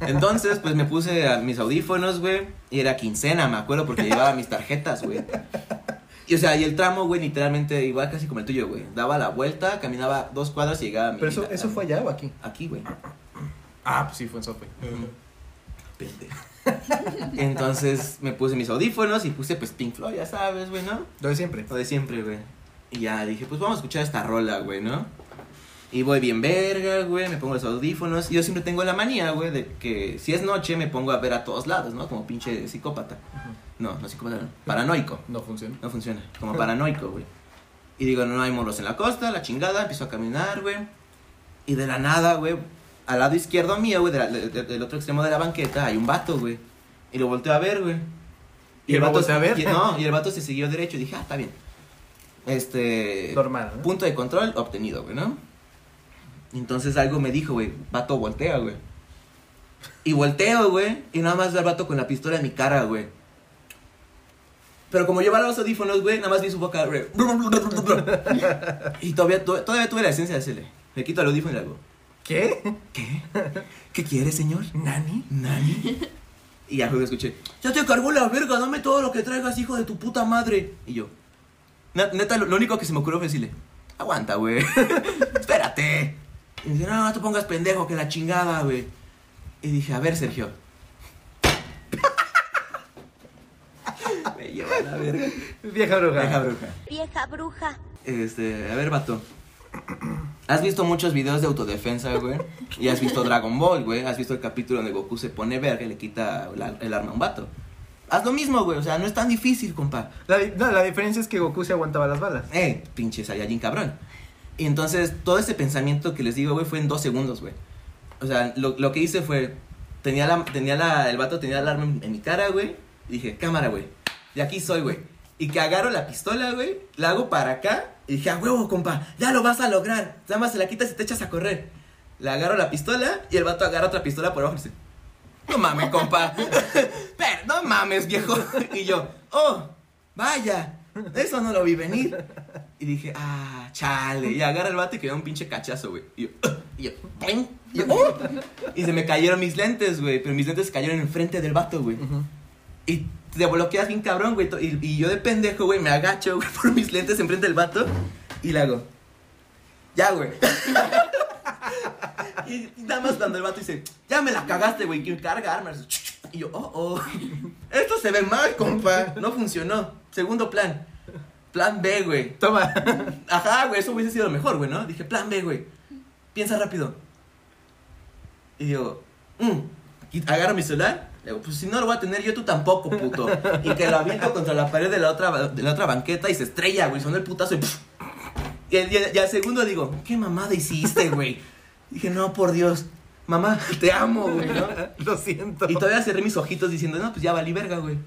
Speaker 4: Entonces, pues me puse a mis audífonos, güey. Y era quincena, me acuerdo, porque llevaba mis tarjetas, güey. Y o sea, y el tramo, güey, literalmente igual casi como el tuyo, güey. Daba la vuelta, caminaba dos cuadras y llegaba a mi.
Speaker 2: Pero eso,
Speaker 4: a-
Speaker 2: eso fue allá o aquí.
Speaker 4: Aquí, güey.
Speaker 2: Ah, pues sí, fue en Subway.
Speaker 4: Pendejo. Entonces me puse mis audífonos y puse, pues, Pink Floyd, ya sabes, güey, ¿no?
Speaker 2: Lo de siempre.
Speaker 4: Lo de siempre, güey. Y ya dije, pues vamos a escuchar esta rola, güey, ¿no? Y voy bien verga, güey, me pongo los audífonos. Y yo siempre tengo la manía, güey, de que si es noche me pongo a ver a todos lados, ¿no? Como pinche psicópata. No, no psicópata, no. Paranoico.
Speaker 3: No funciona.
Speaker 4: No funciona. Como paranoico, güey. Y digo, no hay morros en la costa, la chingada. Empiezo a caminar, güey. Y de la nada, güey, al lado izquierdo mío, güey, de la- de- de- del otro extremo de la banqueta, hay un vato, güey. Y lo volteo a ver, güey.
Speaker 2: Y lo
Speaker 4: vato
Speaker 2: volteé a ver.
Speaker 4: y- no, y el vato se siguió derecho. Y dije, ah, está bien. Este.
Speaker 2: Eh, Normal, ¿no?
Speaker 4: Punto de control obtenido, güey, ¿no? Y Entonces algo me dijo, güey, vato, voltea, güey. Y volteo, güey, y nada más veo al vato con la pistola en mi cara, güey. Pero como llevaba los audífonos, güey, nada más vi su boca, güey. Y todavía, tu- todavía tuve la esencia de decirle, me quito el audífono y le hago,
Speaker 2: ¿Qué?
Speaker 4: ¿qué? ¿Qué quieres, señor?
Speaker 2: ¿Nani?
Speaker 4: ¿Nani? Y ya luego escuché, ya te cargó la verga, dame todo lo que traigas, hijo de tu puta madre. Y yo, "Na- neta, lo, lo único que se me ocurrió fue decirle, aguanta, güey, espérate. Y me dice, no, no te pongas pendejo, que la chingada, güey. Y dije, a ver, Sergio. me lleva la verga.
Speaker 2: Vieja bruja.
Speaker 4: Deja, bruja.
Speaker 1: vieja bruja,
Speaker 4: Este, a ver, vato. Has visto muchos videos de autodefensa, güey. Y has visto Dragon Ball, güey. Has visto el capítulo donde Goku se pone verga y le quita la- el arma a un vato. Haz lo mismo, güey. O sea, no es tan difícil, compa.
Speaker 2: La, di- no, la diferencia es que Goku se aguantaba las balas.
Speaker 4: Eh, pinche Saiyajin cabrón. Y entonces, todo ese pensamiento que les digo, güey, fue en dos segundos, güey. O sea, lo, lo que hice fue. Tenía la. Tenía la. El vato tenía el arma en, en mi cara, güey. Y dije, cámara, güey. Y aquí soy, güey. Y que agarro la pistola, güey. La hago para acá. Y dije, a huevo, compa. Ya lo vas a lograr. Nada más se la quitas y te echas a correr. Le agarro la pistola. Y el vato agarra otra pistola por abajo y dice, no mames, compa. Pero, no mames, viejo. Y yo, oh, vaya. Eso no lo vi venir. Y dije, ah, chale. Y agarra el bate y quedó un pinche cachazo, güey. Y yo, "Ah", y yo, ¡pum! Y, yo, ¡oh! Y se me cayeron mis lentes, güey. Pero mis lentes cayeron enfrente del vato, güey. Y te bloqueas bien cabrón, güey. Y, y yo de pendejo, güey, me agacho, güey, por mis lentes enfrente del vato. Y le hago, ya, güey. y nada más cuando el vato dice, ya me la cagaste, güey, que carga armas. Y yo, oh, oh. Esto se ve mal, compa. No funcionó. Segundo plan. Plan B, güey.
Speaker 2: Toma.
Speaker 4: Ajá, güey, eso hubiese sido lo mejor, güey, ¿no? Dije, plan B, güey. Piensa rápido. Y digo, mm. Y agarro mi celular. Le digo, pues si no lo voy a tener yo, tú tampoco, puto. Y que lo aviento contra la pared de la otra, ba- de la otra banqueta y se estrella, güey. Sonó el putazo y... pf. Y, al- y al- y al segundo digo, ¿qué mamada hiciste, güey? Dije, no, por Dios. Mamá, te amo, güey, ¿no?
Speaker 2: Lo siento.
Speaker 4: Y todavía cerré mis ojitos diciendo, no, pues ya valí verga, güey.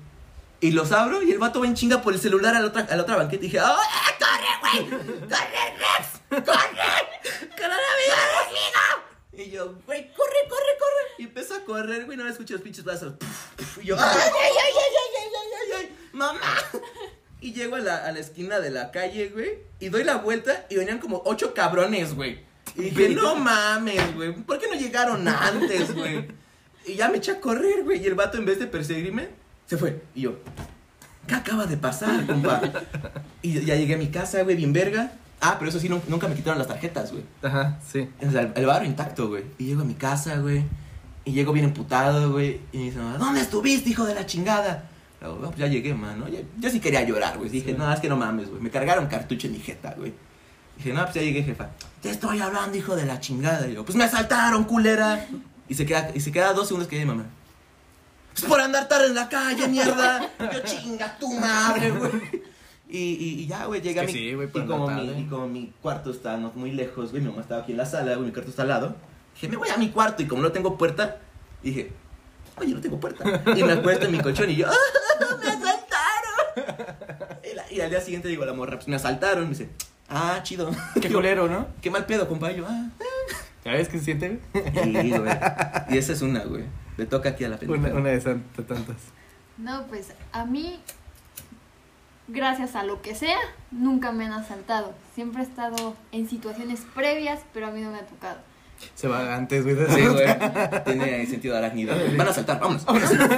Speaker 4: Y los abro y el vato va en chinga por el celular a la otra, a la otra banqueta. Y dije, ¡ah, ah, corre, güey! ¡Corre, Rex! ¡Corre! ¡Coronavirus, mijo! Y yo, güey, corre, corre, corre. Y empezó a correr, güey, no me escuché los pinches brazos. Y yo, ¡ay, ay, ay, ay, ay, ay, ay, ay! ¡Mamá! Y llego a la, a la esquina de la calle, güey. Y doy la vuelta y venían como ocho cabrones, güey. Y dije, no mames, güey. ¿Por qué no llegaron antes, güey? Y ya me eché a correr, güey. Y el vato, en vez de perseguirme, se fue. Y yo, ¿qué acaba de pasar, compa? Y ya llegué a mi casa, güey, bien verga. Ah, pero eso sí, nu- nunca me quitaron las tarjetas, güey.
Speaker 2: Ajá, sí.
Speaker 4: O sea, el, el barrio intacto, güey. Y llego a mi casa, güey. Y llego bien emputado, güey. Y me dice, mamá, ¿dónde estuviste, hijo de la chingada? Le digo, "No, pues ya llegué, mano. Ya- yo sí quería llorar, güey. Dije, no, es que no mames, güey. Me cargaron cartucho en mi jeta, güey. Dije, no, pues ya llegué, jefa. Te estoy hablando, hijo de la chingada. Y yo, pues me asaltaron, culera. Y se queda, y se queda dos segundos que llegue, mamá. Pues por andar tarde en la calle, mierda. Yo chinga tu madre, güey. Y, y, y ya, güey, llega
Speaker 2: que
Speaker 4: mi,
Speaker 2: sí, güey, por
Speaker 4: y
Speaker 2: andar
Speaker 4: como mi,
Speaker 2: tarde.
Speaker 4: y como mi cuarto está no, muy lejos, güey, mi mamá estaba aquí en la sala, güey, mi cuarto está al lado. Dije, me voy a mi cuarto y como no tengo puerta, dije, oye, no tengo puerta. Y me acuesto en mi colchón y yo, ¡ah, me asaltaron! Y, la- y al día siguiente digo a la morra, pues me asaltaron. Me dice, ah, chido.
Speaker 2: Qué
Speaker 4: Digo,
Speaker 2: culero, ¿no?
Speaker 4: Qué mal pedo, compa. Y yo, ah.
Speaker 2: ¿Sabes qué se siente?
Speaker 4: Sí, güey. "Eh". Y esa es una, güey. Le toca aquí a la pendeja.
Speaker 2: Una, una de tant- tantas.
Speaker 5: No, pues a mí, gracias a lo que sea, nunca me han asaltado. Siempre he estado en situaciones previas, pero a mí no me ha tocado.
Speaker 2: Se va antes, güey.
Speaker 4: Sí, güey. Tiene sentido arácnido. Van a saltar, vámonos.
Speaker 2: No la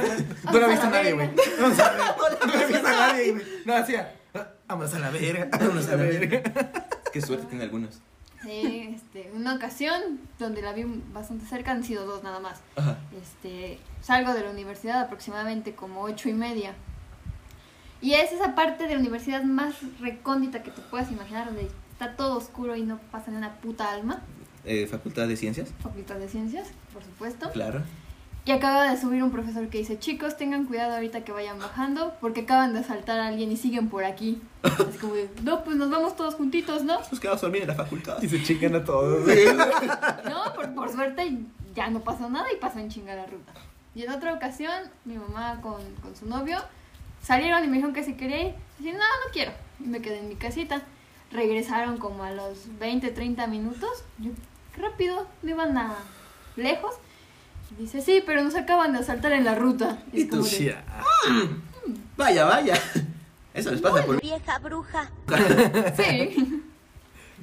Speaker 5: Vamos
Speaker 2: ha visto
Speaker 5: a la
Speaker 2: nadie, güey.
Speaker 5: verga.
Speaker 2: Vamos a ver. No la ha visto nadie, güey. No, hacía. "Ah, Vamos a la verga. Vamos a la verga.
Speaker 4: Qué suerte tiene algunos.
Speaker 5: Sí, este, una ocasión donde la vi bastante cerca, han sido dos nada más.
Speaker 4: Ajá.
Speaker 5: Este, salgo de la universidad aproximadamente como ocho y media. Y es esa parte de la universidad más recóndita que te puedas imaginar, donde está todo oscuro y no pasa ni una puta alma.
Speaker 4: eh, Facultad de Ciencias.
Speaker 5: Facultad de Ciencias, por supuesto.
Speaker 4: Claro.
Speaker 5: Y acaba de subir un profesor que dice, chicos, tengan cuidado ahorita que vayan bajando, porque acaban de asaltar a alguien y siguen por aquí. Es como, de, no, pues nos vamos todos juntitos, ¿no?
Speaker 4: Nos quedamos a dormir en la facultad.
Speaker 2: Y se chingan a todos.
Speaker 5: No, por, por suerte ya no pasó nada y pasó en chinga la ruta. Y en otra ocasión, mi mamá con, con su novio salieron y me dijeron que se quería ir. Y dije, no, no quiero. Y me quedé en mi casita. Regresaron como a los 20, 30 minutos. Yo, qué rápido, me iban a lejos. Y dice, sí, pero nos acaban de asaltar en la ruta.
Speaker 4: Y tú,
Speaker 5: de,
Speaker 2: Sí, ah.
Speaker 4: Vaya, vaya. Eso les pasa por...
Speaker 1: vieja bruja,
Speaker 5: Sí.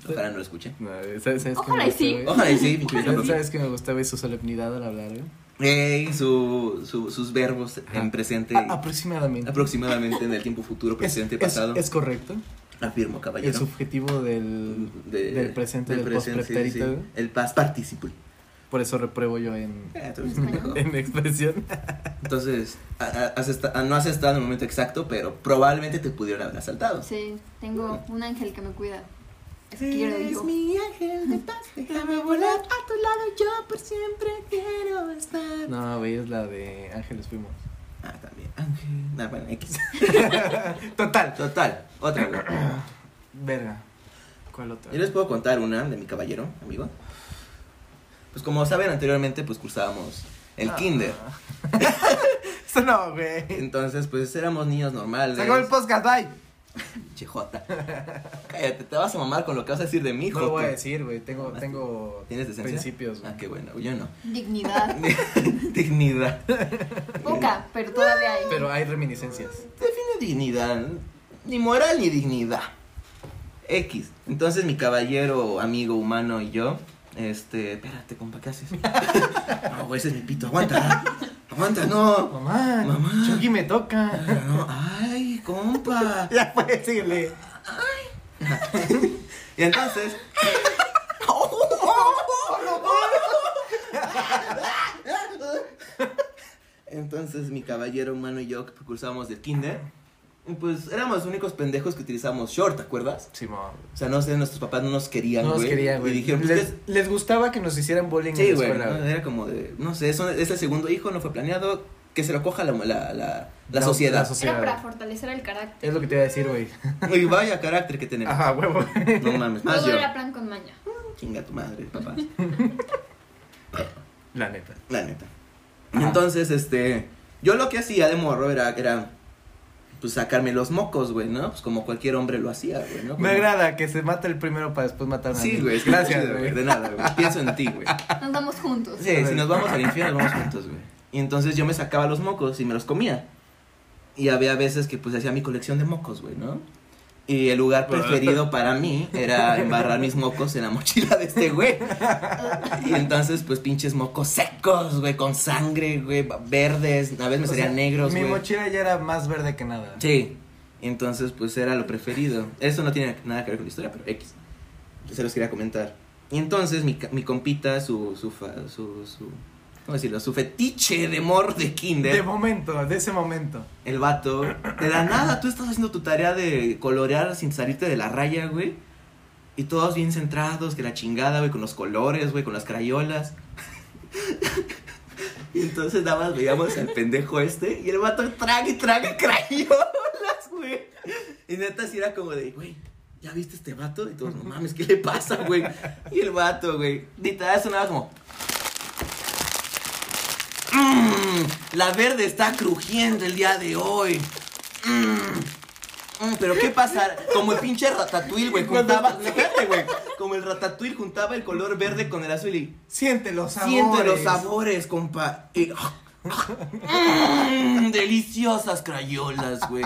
Speaker 4: Ojalá no lo escuchen.
Speaker 2: No, ¿sabes- sabes qué me
Speaker 5: Ojalá y
Speaker 2: gusta,
Speaker 5: sí.
Speaker 2: güey?
Speaker 4: Ojalá y sí, pinche
Speaker 2: ¿Sabes-
Speaker 4: vieja.
Speaker 2: ¿Sabes que me gustaba y su solemnidad al hablar, güey?
Speaker 4: Ey, su, su- sus verbos en
Speaker 2: Ajá.
Speaker 4: presente,
Speaker 2: A- aproximadamente.
Speaker 4: aproximadamente en el tiempo futuro,
Speaker 2: Es-
Speaker 4: presente,
Speaker 2: es-
Speaker 4: pasado.
Speaker 2: Es, correcto.
Speaker 4: Afirmo, caballero.
Speaker 2: El subjetivo del,
Speaker 4: De-
Speaker 2: del presente, del,
Speaker 4: presente, sí,
Speaker 2: postpretérito.
Speaker 4: sí.
Speaker 2: güey.
Speaker 4: El past participle.
Speaker 2: Por eso repruebo yo en,
Speaker 4: Eh, tú eres pendejo.
Speaker 2: en expresión.
Speaker 4: Entonces, a- a- has esta- a- no has estado en el momento exacto, pero probablemente te pudieron haber asaltado.
Speaker 5: Sí, tengo un ángel que me cuida. Eso quiero yo.
Speaker 4: mi ángel de paz, déjame volar a tu lado, yo por siempre quiero estar.
Speaker 2: No, güey, es la de Ángeles Fuimos.
Speaker 4: Ah, también, ángel. Ah, bueno, X.
Speaker 2: Total.
Speaker 4: Total, otra. güey.
Speaker 2: Verga. ¿Cuál otra?
Speaker 4: Yo les puedo contar una de mi caballero, amigo. Pues como saben anteriormente, pues cursábamos el
Speaker 2: Ah.
Speaker 4: kinder.
Speaker 2: Eso no, güey.
Speaker 4: Entonces, pues éramos niños normales.
Speaker 2: Se acabó el podcast, bye.
Speaker 4: Che, Jota. Cállate, te vas a mamar con lo que vas a decir de mí,
Speaker 2: No lo voy a
Speaker 4: Jota.
Speaker 2: decir, güey. Tengo, tengo
Speaker 4: ¿Tienes decencia?
Speaker 2: principios, güey.
Speaker 4: Ah, qué bueno, yo no.
Speaker 5: Dignidad.
Speaker 4: dignidad.
Speaker 5: Poca, pero todavía hay.
Speaker 2: Pero hay reminiscencias.
Speaker 4: Define dignidad. Ni moral ni dignidad. X. Entonces mi caballero, amigo humano y yo. Este, espérate, compa, ¿qué haces? no, güey, ese es mi pito, aguanta. Aguanta, no.
Speaker 2: Mamá,
Speaker 4: Mamá.
Speaker 2: Chucky me toca.
Speaker 4: No, ay, compa.
Speaker 2: ya puedes decirle.
Speaker 4: Y entonces. Entonces mi caballero humano y yo que cursábamos del kinder, y pues éramos los únicos pendejos que utilizábamos short, ¿te acuerdas?
Speaker 2: Simón.
Speaker 4: O sea, no sé, nuestros papás no nos querían,
Speaker 2: No
Speaker 4: güey.
Speaker 2: nos querían,
Speaker 4: Y
Speaker 2: güey.
Speaker 4: dijeron, pues,
Speaker 2: Les, les gustaba que nos hicieran bullying
Speaker 4: ¿qué es? sí,
Speaker 2: en
Speaker 4: güey.
Speaker 2: la escuela.
Speaker 4: ¿no?
Speaker 2: güey.
Speaker 4: Era como de, no sé, son- es el segundo hijo, no fue planeado, que se lo coja la, la, la, la
Speaker 2: La-
Speaker 4: sociedad.
Speaker 2: la soci-
Speaker 5: Era para fortalecer el carácter.
Speaker 2: Es lo que te iba a decir, güey.
Speaker 4: y vaya carácter que tenemos.
Speaker 2: Ajá, huevo.
Speaker 4: No mames, más
Speaker 5: Todo
Speaker 4: yo.
Speaker 5: era plan con maña.
Speaker 4: Chinga tu madre, papá.
Speaker 2: La neta.
Speaker 4: La neta. Entonces, este. Yo lo que hacía de morro era, era pues sacarme los mocos, güey, ¿no? Pues como cualquier hombre lo hacía, güey, ¿no? Como-
Speaker 2: Me agrada que se mata el primero para después matar a
Speaker 4: Sí,
Speaker 2: alguien.
Speaker 4: güey, es que
Speaker 2: Gracias,
Speaker 4: chido,
Speaker 2: güey.
Speaker 4: De nada, güey. Pienso en ti, güey.
Speaker 5: Nos vamos juntos.
Speaker 4: Sí, si nos vamos al infierno, vamos juntos, güey. Y entonces yo me sacaba los mocos y me los comía. Y había veces que pues hacía mi colección de mocos, güey, ¿no? Y el lugar preferido para mí era embarrar mis mocos en la mochila de este güey. Y entonces, pues pinches mocos secos, güey, con sangre, güey, verdes, a veces me
Speaker 2: O sea,
Speaker 4: salían negros,
Speaker 2: Mi
Speaker 4: güey.
Speaker 2: mochila ya era más verde que nada.
Speaker 4: Sí. Entonces, pues era lo preferido. Eso no tiene nada que ver con la historia, pero X. Se los quería comentar. Y entonces mi, ca- mi compita, su, su, fa- su, su- ¿Cómo decirlo? Su fetiche de amor de
Speaker 2: De
Speaker 4: Kinder.
Speaker 2: momento, de ese momento.
Speaker 4: El vato. De la nada, tú estás haciendo tu tarea de colorear sin salirte de la raya, güey. Y todos bien centrados, que la chingada, güey, con los colores, güey, con las crayolas. y entonces nada más veíamos al pendejo este y el vato traga y traga crayolas, güey. Y neta sí era como de, güey, ¿ya viste este vato? Y todos, no mames, ¿qué le pasa, güey? Y el vato, güey, literal sonaba como... "Mm, la verde está crujiendo el día de hoy. Mm, mm, pero qué pasa, como el pinche ratatouille, güey, juntaba, fíjate, güey, como el ratatouille juntaba el color verde con el azul y
Speaker 2: Siente los sabores.
Speaker 4: Siente los sabores, compa. Y- Mm, deliciosas crayolas, güey.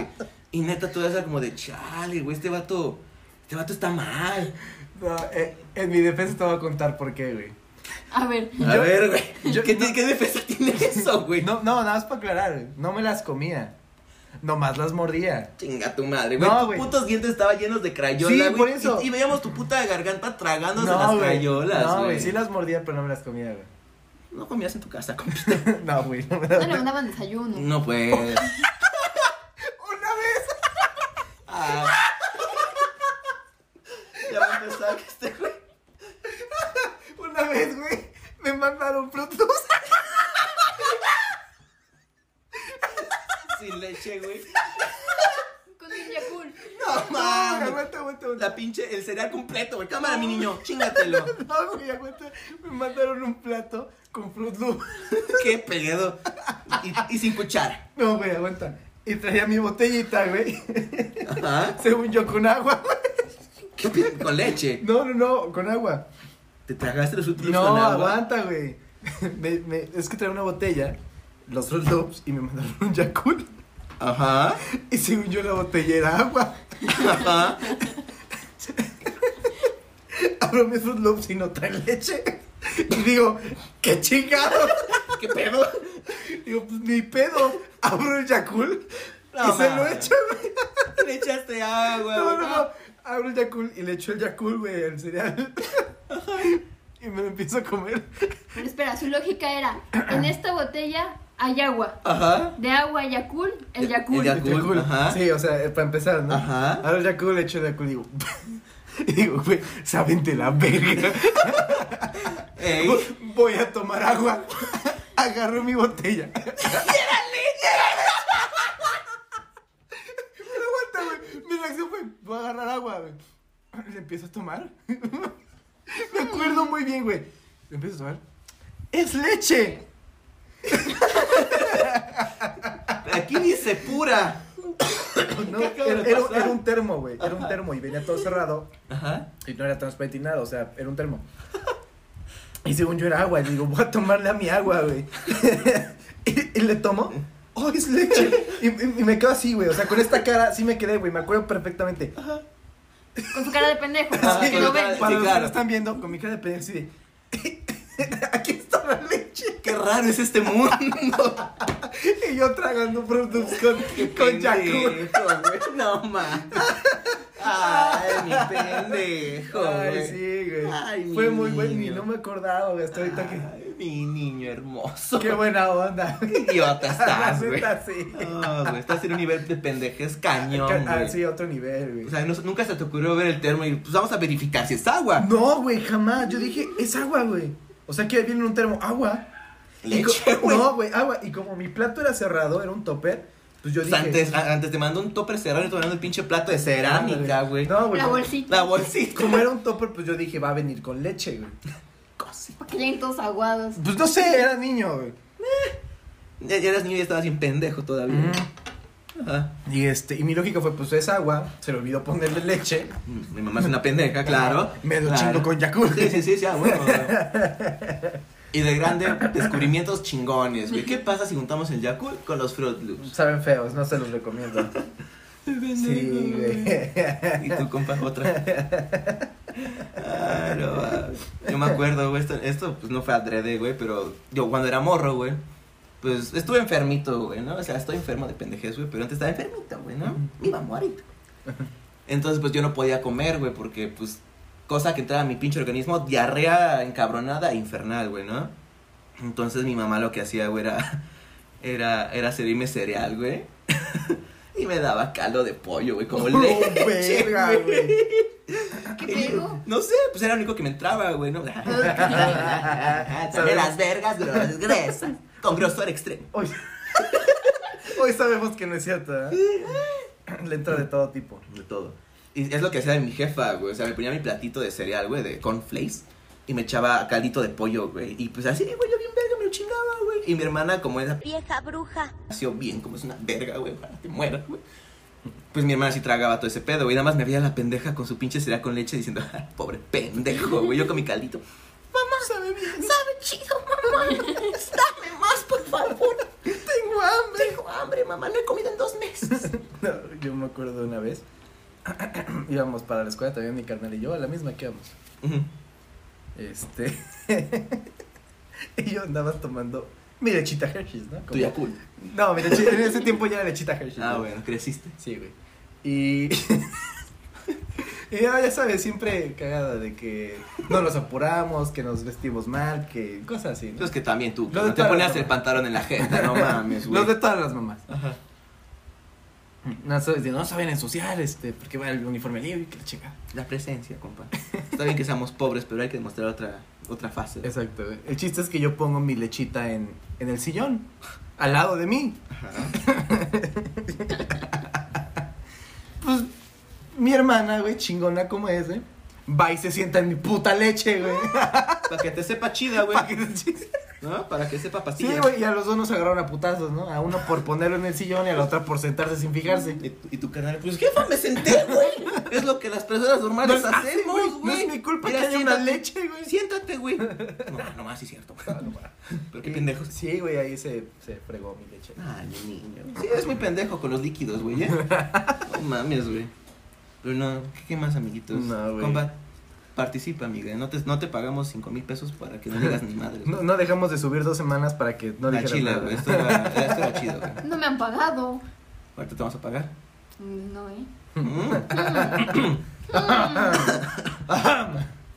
Speaker 4: Y neta, toda esa como de chale, güey. Este vato, este vato está mal.
Speaker 2: No, eh, en mi defensa te voy a contar por qué, güey.
Speaker 5: A ver,
Speaker 4: A
Speaker 2: Yo-
Speaker 4: ver, güey.
Speaker 2: yo-
Speaker 4: ¿Qué, ti- qué defensa tiene eso, güey?
Speaker 2: No, no, nada más para aclarar, güey. no me las comía. Nomás las mordía.
Speaker 4: Chinga tu madre, güey.
Speaker 2: No,
Speaker 4: Tus
Speaker 2: güey.
Speaker 4: putos dientes estaban llenos de crayola,
Speaker 2: Sí,
Speaker 4: güey.
Speaker 2: por eso.
Speaker 4: Y, y veíamos tu puta garganta tragándose las
Speaker 2: güey.
Speaker 4: crayolas,
Speaker 2: No,
Speaker 4: güey.
Speaker 2: güey, sí las mordía, pero no me las comía, güey.
Speaker 4: No comías en tu casa, compa.
Speaker 2: No, güey, no me
Speaker 5: no
Speaker 2: las
Speaker 5: le mandaban desayuno.
Speaker 4: No, pues. Una vez. Ah. Ya va a empezar que este güey.
Speaker 2: Una güey, me mandaron productos.
Speaker 4: Sin leche, güey.
Speaker 5: Con un Yakul.
Speaker 4: No
Speaker 2: Aguanta,
Speaker 4: mames.
Speaker 2: aguanta, aguanta.
Speaker 4: Ah, La pinche, el cereal completo, güey. Cámara, mi niño, chingatelo.
Speaker 2: No, güey, aguanta. Me mandaron un plato con Fruit Loop.
Speaker 4: Qué pedo. Y, y sin cuchara.
Speaker 2: No, güey, aguanta. Y traía mi botellita, güey.
Speaker 4: Ajá.
Speaker 2: Según yo, con agua.
Speaker 4: ¿Qué pedo? Con leche.
Speaker 2: No, no, no, con agua.
Speaker 4: ¿Te tragaste los últimos
Speaker 2: No,
Speaker 4: con agua?
Speaker 2: aguanta, güey. Me- me- es que traía una botella, los Fruit Loops, y me mandaron un Yakult.
Speaker 4: Ajá.
Speaker 2: Y según yo, la botella era agua.
Speaker 4: Ajá.
Speaker 2: Abro mis Fruit Loops y no trae leche. Y digo, qué chingado.
Speaker 4: ¿Qué pedo?
Speaker 2: Digo, pues ni pedo. Abro el Yakult y
Speaker 4: No,
Speaker 2: se lo
Speaker 4: mames.
Speaker 2: echo, güey.
Speaker 4: Le echaste agua,
Speaker 2: No,
Speaker 4: Ah, güey.
Speaker 2: no, no. Abro el Yakult y le echo el Yakult, güey, al cereal. Y me lo empiezo a comer.
Speaker 5: Pero espera, su lógica era: en esta botella hay agua.
Speaker 4: Ajá.
Speaker 5: De agua Yakul, el
Speaker 4: El-
Speaker 5: Yakul.
Speaker 4: el Yakult.
Speaker 2: El Yakult.
Speaker 4: ajá.
Speaker 2: Sí, o sea, eh, para empezar, ¿no?
Speaker 4: Ajá.
Speaker 2: Ahora el Yakult le echo el Yakult y digo... Y digo, güey, saben de la verga.
Speaker 4: Ey.
Speaker 2: Voy a tomar agua. Agarro mi botella. ¡Era Pero aguanta, güey. Mi reacción fue, voy a agarrar agua, güey. Le empiezo a tomar. Me acuerdo muy bien, güey. Le empiezo a tomar. ¡Es leche!
Speaker 4: Aquí dice pura.
Speaker 2: No,
Speaker 4: ¿Qué acaba
Speaker 2: era,
Speaker 4: de
Speaker 2: era-
Speaker 4: pasar?
Speaker 2: era un termo, güey. Era un termo y venía todo cerrado.
Speaker 4: Ajá.
Speaker 2: Y no era transparente ni nada, o sea, era un termo. Y según yo era agua, y digo, voy a tomarle a mi agua, güey. y, y le tomo, ¡oh, es leche! Y, y- y me quedo así, güey, o sea, con esta cara sí me quedé, güey, me acuerdo perfectamente.
Speaker 5: Con su cara de pendejo.
Speaker 4: Ah,
Speaker 5: que
Speaker 4: con
Speaker 5: lo
Speaker 4: la cara
Speaker 5: ven.
Speaker 4: sí,
Speaker 2: Para los que
Speaker 4: claro.
Speaker 2: no están viendo, con mi cara de pendejo así de... Aquí está la leche.
Speaker 4: Qué raro es este mundo.
Speaker 2: Y yo tragando productos con, con Yakult.
Speaker 4: Pendejo, güey. No, ma. Ay, mi pendejo,
Speaker 2: Ay,
Speaker 4: güey.
Speaker 2: sí, güey.
Speaker 4: Ay, mi
Speaker 2: Fue muy bueno, ni
Speaker 4: niño.
Speaker 2: no me acordaba, güey, hasta ahorita que...
Speaker 4: Ay, mi niño hermoso.
Speaker 2: Qué buena onda.
Speaker 4: Qué idiota
Speaker 2: La
Speaker 4: estás, güey.
Speaker 2: neta, sí.
Speaker 4: No, güey, estás en un nivel de pendejes
Speaker 2: Ca-
Speaker 4: cañón,
Speaker 2: ah,
Speaker 4: güey.
Speaker 2: sí, otro nivel, güey.
Speaker 4: O sea, no- nunca se te ocurrió ver el termo y pues vamos a verificar si es agua.
Speaker 2: No, güey, jamás. Yo dije, es agua, güey. O sea, que viene en un termo, agua. Y co-
Speaker 4: Leche, güey.
Speaker 2: No, güey, agua. Y como mi plato era cerrado, era un topper, pues yo
Speaker 4: Pues
Speaker 2: dije.
Speaker 4: antes, a- antes te mando un topper cerrado y te mando el pinche plato de
Speaker 2: ándale.
Speaker 4: cerámica, güey.
Speaker 2: No, güey.
Speaker 5: La
Speaker 2: como-
Speaker 5: bolsita.
Speaker 4: La bolsita.
Speaker 2: Como era un topper, pues yo dije, va a venir con leche, güey.
Speaker 5: Porque lleguen todos aguados.
Speaker 2: Pues no sé, era niño, güey.
Speaker 4: Ya, ya eras niño y ya estabas bien pendejo todavía.
Speaker 2: Mm.
Speaker 4: Ajá.
Speaker 2: Y este, y mi lógica fue, pues es agua, se le olvidó ponerle leche.
Speaker 4: Mm, Mi mamá es una pendeja, claro.
Speaker 2: Me lo
Speaker 4: Claro.
Speaker 2: chingo con Yakult.
Speaker 4: Sí, sí, sí, sí, ah, bueno. Y de grande, descubrimientos chingones, güey. ¿Qué pasa si juntamos el Yakult con los Fruit Loops?
Speaker 2: Saben feos, no se los recomiendo. Sí, güey.
Speaker 4: Y tú, compa, otra. Ah, no, ah. yo me acuerdo, güey, esto, esto pues no fue adrede, güey, pero yo cuando era morro, güey, pues estuve enfermito, güey, ¿no? O sea, estoy enfermo de pendejez, güey, pero antes estaba enfermito, güey, ¿no? Me iba a morir. Entonces, pues yo no podía comer, güey, porque, pues, cosa que entraba a mi pinche organismo, diarrea encabronada e infernal, güey, ¿no? Entonces mi mamá lo que hacía, güey, era, era, era servirme cereal, güey. y me daba caldo de pollo, güey, como
Speaker 2: No,
Speaker 4: leche,
Speaker 2: Oh, verga,
Speaker 4: güey.
Speaker 2: güey.
Speaker 5: ¿Qué
Speaker 4: Y yo,
Speaker 5: pedo?
Speaker 4: No sé, pues era lo único que me entraba, güey, ¿no? Sale las vergas, pero las gruesas. Con grosor extremo.
Speaker 2: Hoy, hoy sabemos que no es cierto, ¿eh? Le entra de todo tipo.
Speaker 4: De todo. Y es lo que hacía mi jefa, güey. O sea, me ponía mi platito de cereal, güey, de cornflakes. Y me echaba caldito de pollo, güey. Y pues así, güey, yo bien verga, me lo chingaba, güey. Y mi hermana, como era
Speaker 1: vieja bruja,
Speaker 4: nació bien, como es una verga, güey, para que muera, güey. Pues mi hermana sí tragaba todo ese pedo, güey. Nada más me veía la pendeja con su pinche cereal con leche diciendo, "Ah, pobre pendejo, güey. Yo con mi caldito. Mamá, sabe bien, sabe chido, mamá. Dame más, por favor. Tengo hambre. Tengo hambre, mamá. No he comido en dos meses.
Speaker 2: No, yo me acuerdo de una vez. íbamos para la escuela también mi carnal y yo, a la misma que íbamos.
Speaker 4: Ujú.
Speaker 2: Este. y yo andaba tomando mi lechita Hershey's, ¿no?
Speaker 4: Tú
Speaker 2: Como-
Speaker 4: ya cool.
Speaker 2: No, mi lechita, en ese tiempo ya era lechita Hershey's.
Speaker 4: Ah,
Speaker 2: ¿no?
Speaker 4: bueno, creciste.
Speaker 2: Sí, güey. Y. y ya, ya sabes, siempre cagada de que no nos apuramos, que nos vestimos mal, que cosas así, ¿no?
Speaker 4: Los que también tú,
Speaker 2: Los
Speaker 4: no
Speaker 2: de
Speaker 4: te
Speaker 2: todas
Speaker 4: ponías
Speaker 2: las
Speaker 4: el
Speaker 2: mamás.
Speaker 4: pantalón en la jeta, no mames, güey.
Speaker 2: Los de todas las mamás.
Speaker 4: Ajá.
Speaker 2: No, sabes, de, no saben ensuciar, este, porque va el uniforme libre y que la chica.
Speaker 4: La presencia, compa. Está bien que seamos pobres, pero hay que demostrar otra, otra fase.
Speaker 2: Exacto. güey. El chiste es que yo pongo mi lechita en, en el sillón, al lado de mí. pues mi hermana, güey, chingona como es, güey, va y se sienta en mi puta leche, güey.
Speaker 4: Para que te sepa chida, Ah, güey.
Speaker 2: Pa' que se-
Speaker 4: ¿No? Para que sepa
Speaker 2: Sí,
Speaker 4: pastilla.
Speaker 2: güey, y a los dos nos agarraron a putazos, ¿no? A uno por ponerlo en el sillón y a la otra por sentarse sin fijarse.
Speaker 4: Y, tu- y tu canal, pues jefa, me senté, güey. Es lo que las personas normales
Speaker 2: No es-
Speaker 4: hacemos,
Speaker 2: güey,
Speaker 4: güey.
Speaker 2: no es mi culpa
Speaker 4: Mira,
Speaker 2: que haya una
Speaker 4: siéntate.
Speaker 2: leche, güey.
Speaker 4: Siéntate, güey. No, no más, sí, es cierto. güey. Pero qué pendejos.
Speaker 2: Sí, güey, ahí se, se fregó mi leche.
Speaker 4: Ay, niño. Sí, es muy pendejo con los líquidos, güey, ¿eh? No mames, güey. Pero no, ¿qué, qué más, amiguitos?
Speaker 2: No, güey.
Speaker 4: Compa, participa, amiga. No te, no te pagamos cinco mil pesos para que no digas ni madre.
Speaker 2: No, no dejamos de subir dos semanas para que no
Speaker 4: La
Speaker 2: dijeras
Speaker 4: chila,
Speaker 2: nada.
Speaker 4: güey. Esto era, esto era chido, güey.
Speaker 5: No me han pagado.
Speaker 4: Ahorita te vamos a pagar.
Speaker 5: Mm, No, ¿eh?
Speaker 4: Mm.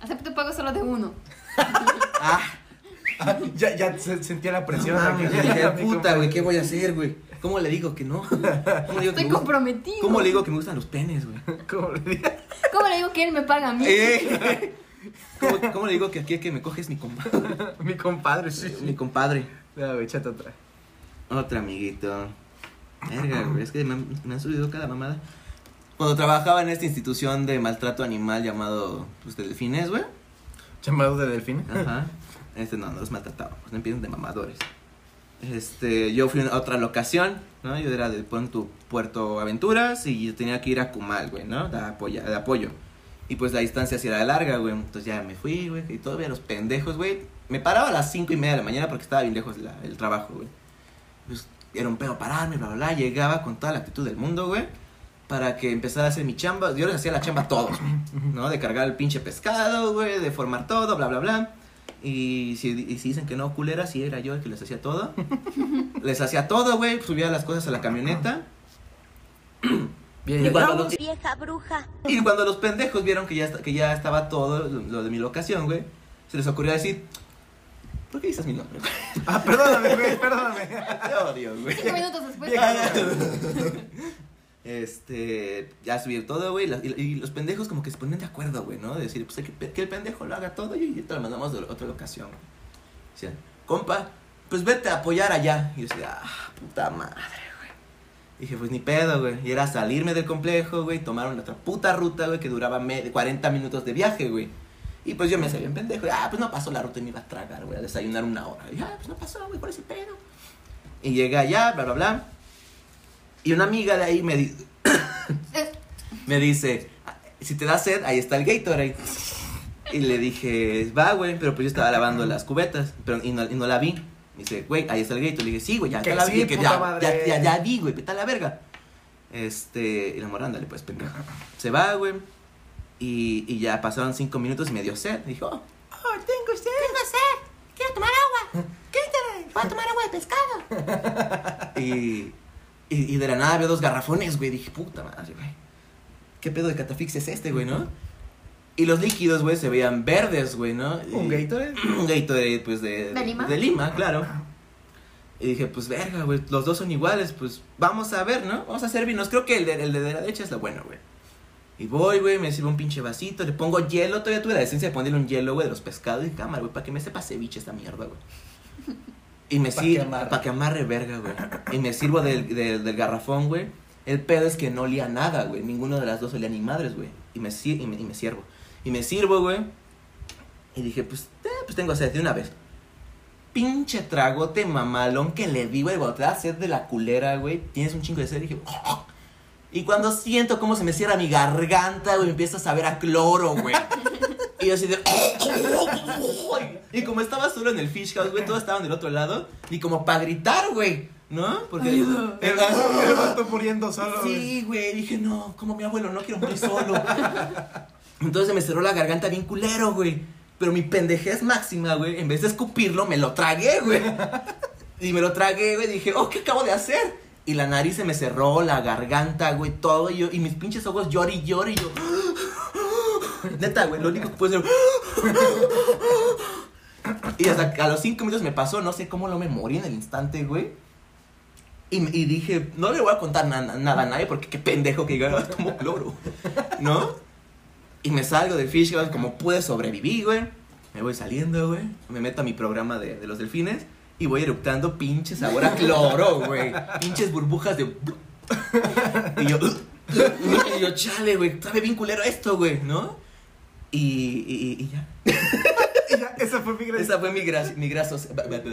Speaker 5: Acepto pago solo de uno.
Speaker 2: Ah, ya, ya se sentía la presión.
Speaker 4: No
Speaker 2: aquí.
Speaker 4: mames,
Speaker 2: Ya
Speaker 4: dije,
Speaker 2: era mi
Speaker 4: puta, Ah, güey,
Speaker 2: compañero.
Speaker 4: ¿qué voy a hacer, güey? ¿Cómo le digo que no? ¿Cómo le digo que
Speaker 5: Estoy
Speaker 4: me gusta-
Speaker 5: comprometido.
Speaker 4: ¿Cómo le digo que me gustan los penes, güey?
Speaker 2: ¿Cómo le dije?
Speaker 5: ¿Cómo le digo que él me paga a mí?
Speaker 4: Eh. ¿Cómo, cómo le digo que aquí el que me coge es mi compadre?
Speaker 2: Mi compadre, sí.
Speaker 4: Mi compadre.
Speaker 2: Ya, güey, échate otra.
Speaker 4: Otro amiguito. Verga, güey, es que me, han- me han subido cada mamada. Cuando trabajaba en esta institución de maltrato animal llamado, pues, Delfines, güey.
Speaker 2: Llamado de delfín.
Speaker 4: Ajá. Este, no, no los maltratábamos, no empiezan de mamadores. Este, yo fui a otra locación, ¿no? Yo era de pon tu Puerto Aventuras y yo tenía que ir a Cumal, güey, ¿no? De, apoya- de apoyo. Y pues la distancia sí era larga, güey. Entonces ya me fui, güey. Y todavía los pendejos, güey. Me paraba a las cinco y media de la mañana porque estaba bien lejos la- el trabajo, güey. Pues era un pedo pararme, bla, bla, bla. Llegaba con toda la actitud del mundo, güey. Para que empezara a hacer mi chamba. Yo les hacía la chamba a todos, güey. ¿No? De cargar el pinche pescado, güey. De formar todo, bla, bla, bla. Y si, y si dicen que no, culera, si era yo el que les hacía todo. les hacía todo, güey. Subía las cosas a la camioneta.
Speaker 2: Bien,
Speaker 4: Y
Speaker 2: ya,
Speaker 4: cuando
Speaker 2: ya.
Speaker 4: los-
Speaker 1: Vieja bruja.
Speaker 4: Y cuando los pendejos vieron que ya, esta- que ya estaba todo lo, lo de mi locación, güey, se les ocurrió decir, ¿por qué dices mi nombre? güey?
Speaker 2: Ah, perdóname, güey, perdóname.
Speaker 4: Te odio, güey.
Speaker 5: Cinco minutos
Speaker 4: pues.
Speaker 5: después.
Speaker 4: Este, ya subir todo, güey, la- y, y los pendejos como que se ponen de acuerdo, güey, ¿no? De decir, pues hay que, pe- que el pendejo lo haga todo y, y te lo mandamos de otra locación, güey. Decían, compa, pues vete a apoyar allá. Y yo decía, ah, puta madre, güey. Dije, pues ni pedo, güey. Y era salirme del complejo, güey, tomaron otra puta ruta, güey, que duraba me- 40 minutos de viaje, güey. Y pues yo me sabía en pendejo, ah, pues no pasó la ruta y me iba a tragar, güey, a desayunar una hora. Y, ah, pues no pasó, güey, por ese pedo. Y llegué allá, bla, bla, bla. Y una amiga de ahí me, di-
Speaker 5: Eh,
Speaker 4: me dice, si te da sed, ahí está el Gatorade. Y le dije, va, güey, pero pues yo estaba lavando las cubetas pero, y, no, y no la vi. Me dice, güey, ahí está el Gatorade. Le dije, sí, güey, ya,
Speaker 2: Que
Speaker 4: ya la
Speaker 2: sí,
Speaker 4: vi, que
Speaker 2: puta
Speaker 4: ya,
Speaker 2: madre.
Speaker 4: ya, ya, ya vi, güey, vete a la verga. Este, y la morra, ándale, pues, pendejo. Se va, güey, y, y ya pasaron cinco minutos y me dio sed. Dijo, oh, oh, tengo sed. Tengo sed, quiero tomar agua. Gatorade, voy a tomar agua de pescado. Y, y, y de la nada veo dos garrafones, güey. Dije, puta madre, güey. ¿Qué pedo de catafix es este, güey, no? Y los líquidos, güey, se veían verdes, güey, ¿no?
Speaker 2: ¿Un
Speaker 4: Y-
Speaker 2: Gatorade?
Speaker 4: Un eh. Gatorade, pues, de...
Speaker 5: ¿De Lima?
Speaker 4: De Lima, claro. Y dije, pues, verga, güey, los dos son iguales, pues, vamos a ver, ¿no? Vamos a hacer vinos. Creo que el de, el de la derecha es lo bueno, güey. Y voy, güey, me sirvo un pinche vasito, le pongo hielo. Todavía tuve la decencia de ponerle un hielo, güey, de los pescados y cámara, güey, para que me sepa ceviche esta mierda, güey. Y me
Speaker 2: Pa' que
Speaker 4: sirvo,
Speaker 2: amarre.
Speaker 4: para que amarre verga, güey. Y me sirvo del, del, del garrafón, güey. El pedo es que no olía nada, güey. Ninguno de las dos olía ni madres, güey. Y me, si- y me, y me sirvo. Y me sirvo, güey. Y dije, pues, eh, pues tengo sed de una vez. Pinche tragote mamalón que le di, güey, cuando te da sed de la culera, güey. Tienes un chingo de sed. dije, "Oh". y cuando siento cómo se me cierra mi garganta, güey, empieza a saber a cloro, güey. Y yo así de... "Oh". Y como estaba solo en el fish house, güey, todos estaban del otro lado. Y como para gritar, güey. ¿No? Porque...
Speaker 2: El vato- el vato muriendo solo, güey.
Speaker 4: Sí, güey, dije, no, como mi abuelo, no quiero morir solo. Entonces se me cerró la garganta bien culero, güey. Pero mi pendejez máxima, güey, en vez de escupirlo, me lo tragué, güey. Y me lo tragué, güey, dije, oh, ¿qué acabo de hacer? Y la nariz se me cerró, la garganta, güey, todo. Y, yo, y mis pinches ojos llori, y llora, y yo... Neta, güey, lo único que puedo hacer... Y hasta que a los cinco minutos me pasó, no sé cómo no me morí en el instante, güey. Y, y dije, no le voy a contar na- na- nada a nadie porque qué pendejo que diga, "Ah, tomo cloro, ¿no? Y me salgo de Fish House, como pude sobrevivir, güey. Me voy saliendo, güey. Me meto a mi programa de, de los delfines y voy eructando pinches sabor a cloro, güey. Pinches burbujas de... Y yo, y yo chale, güey, sabe bien culero esto, güey, ¿no? Y, y, y- y ya.
Speaker 2: Esa- Esa fue mi gracia.
Speaker 4: Esa fue mi, gra- mi, grasos-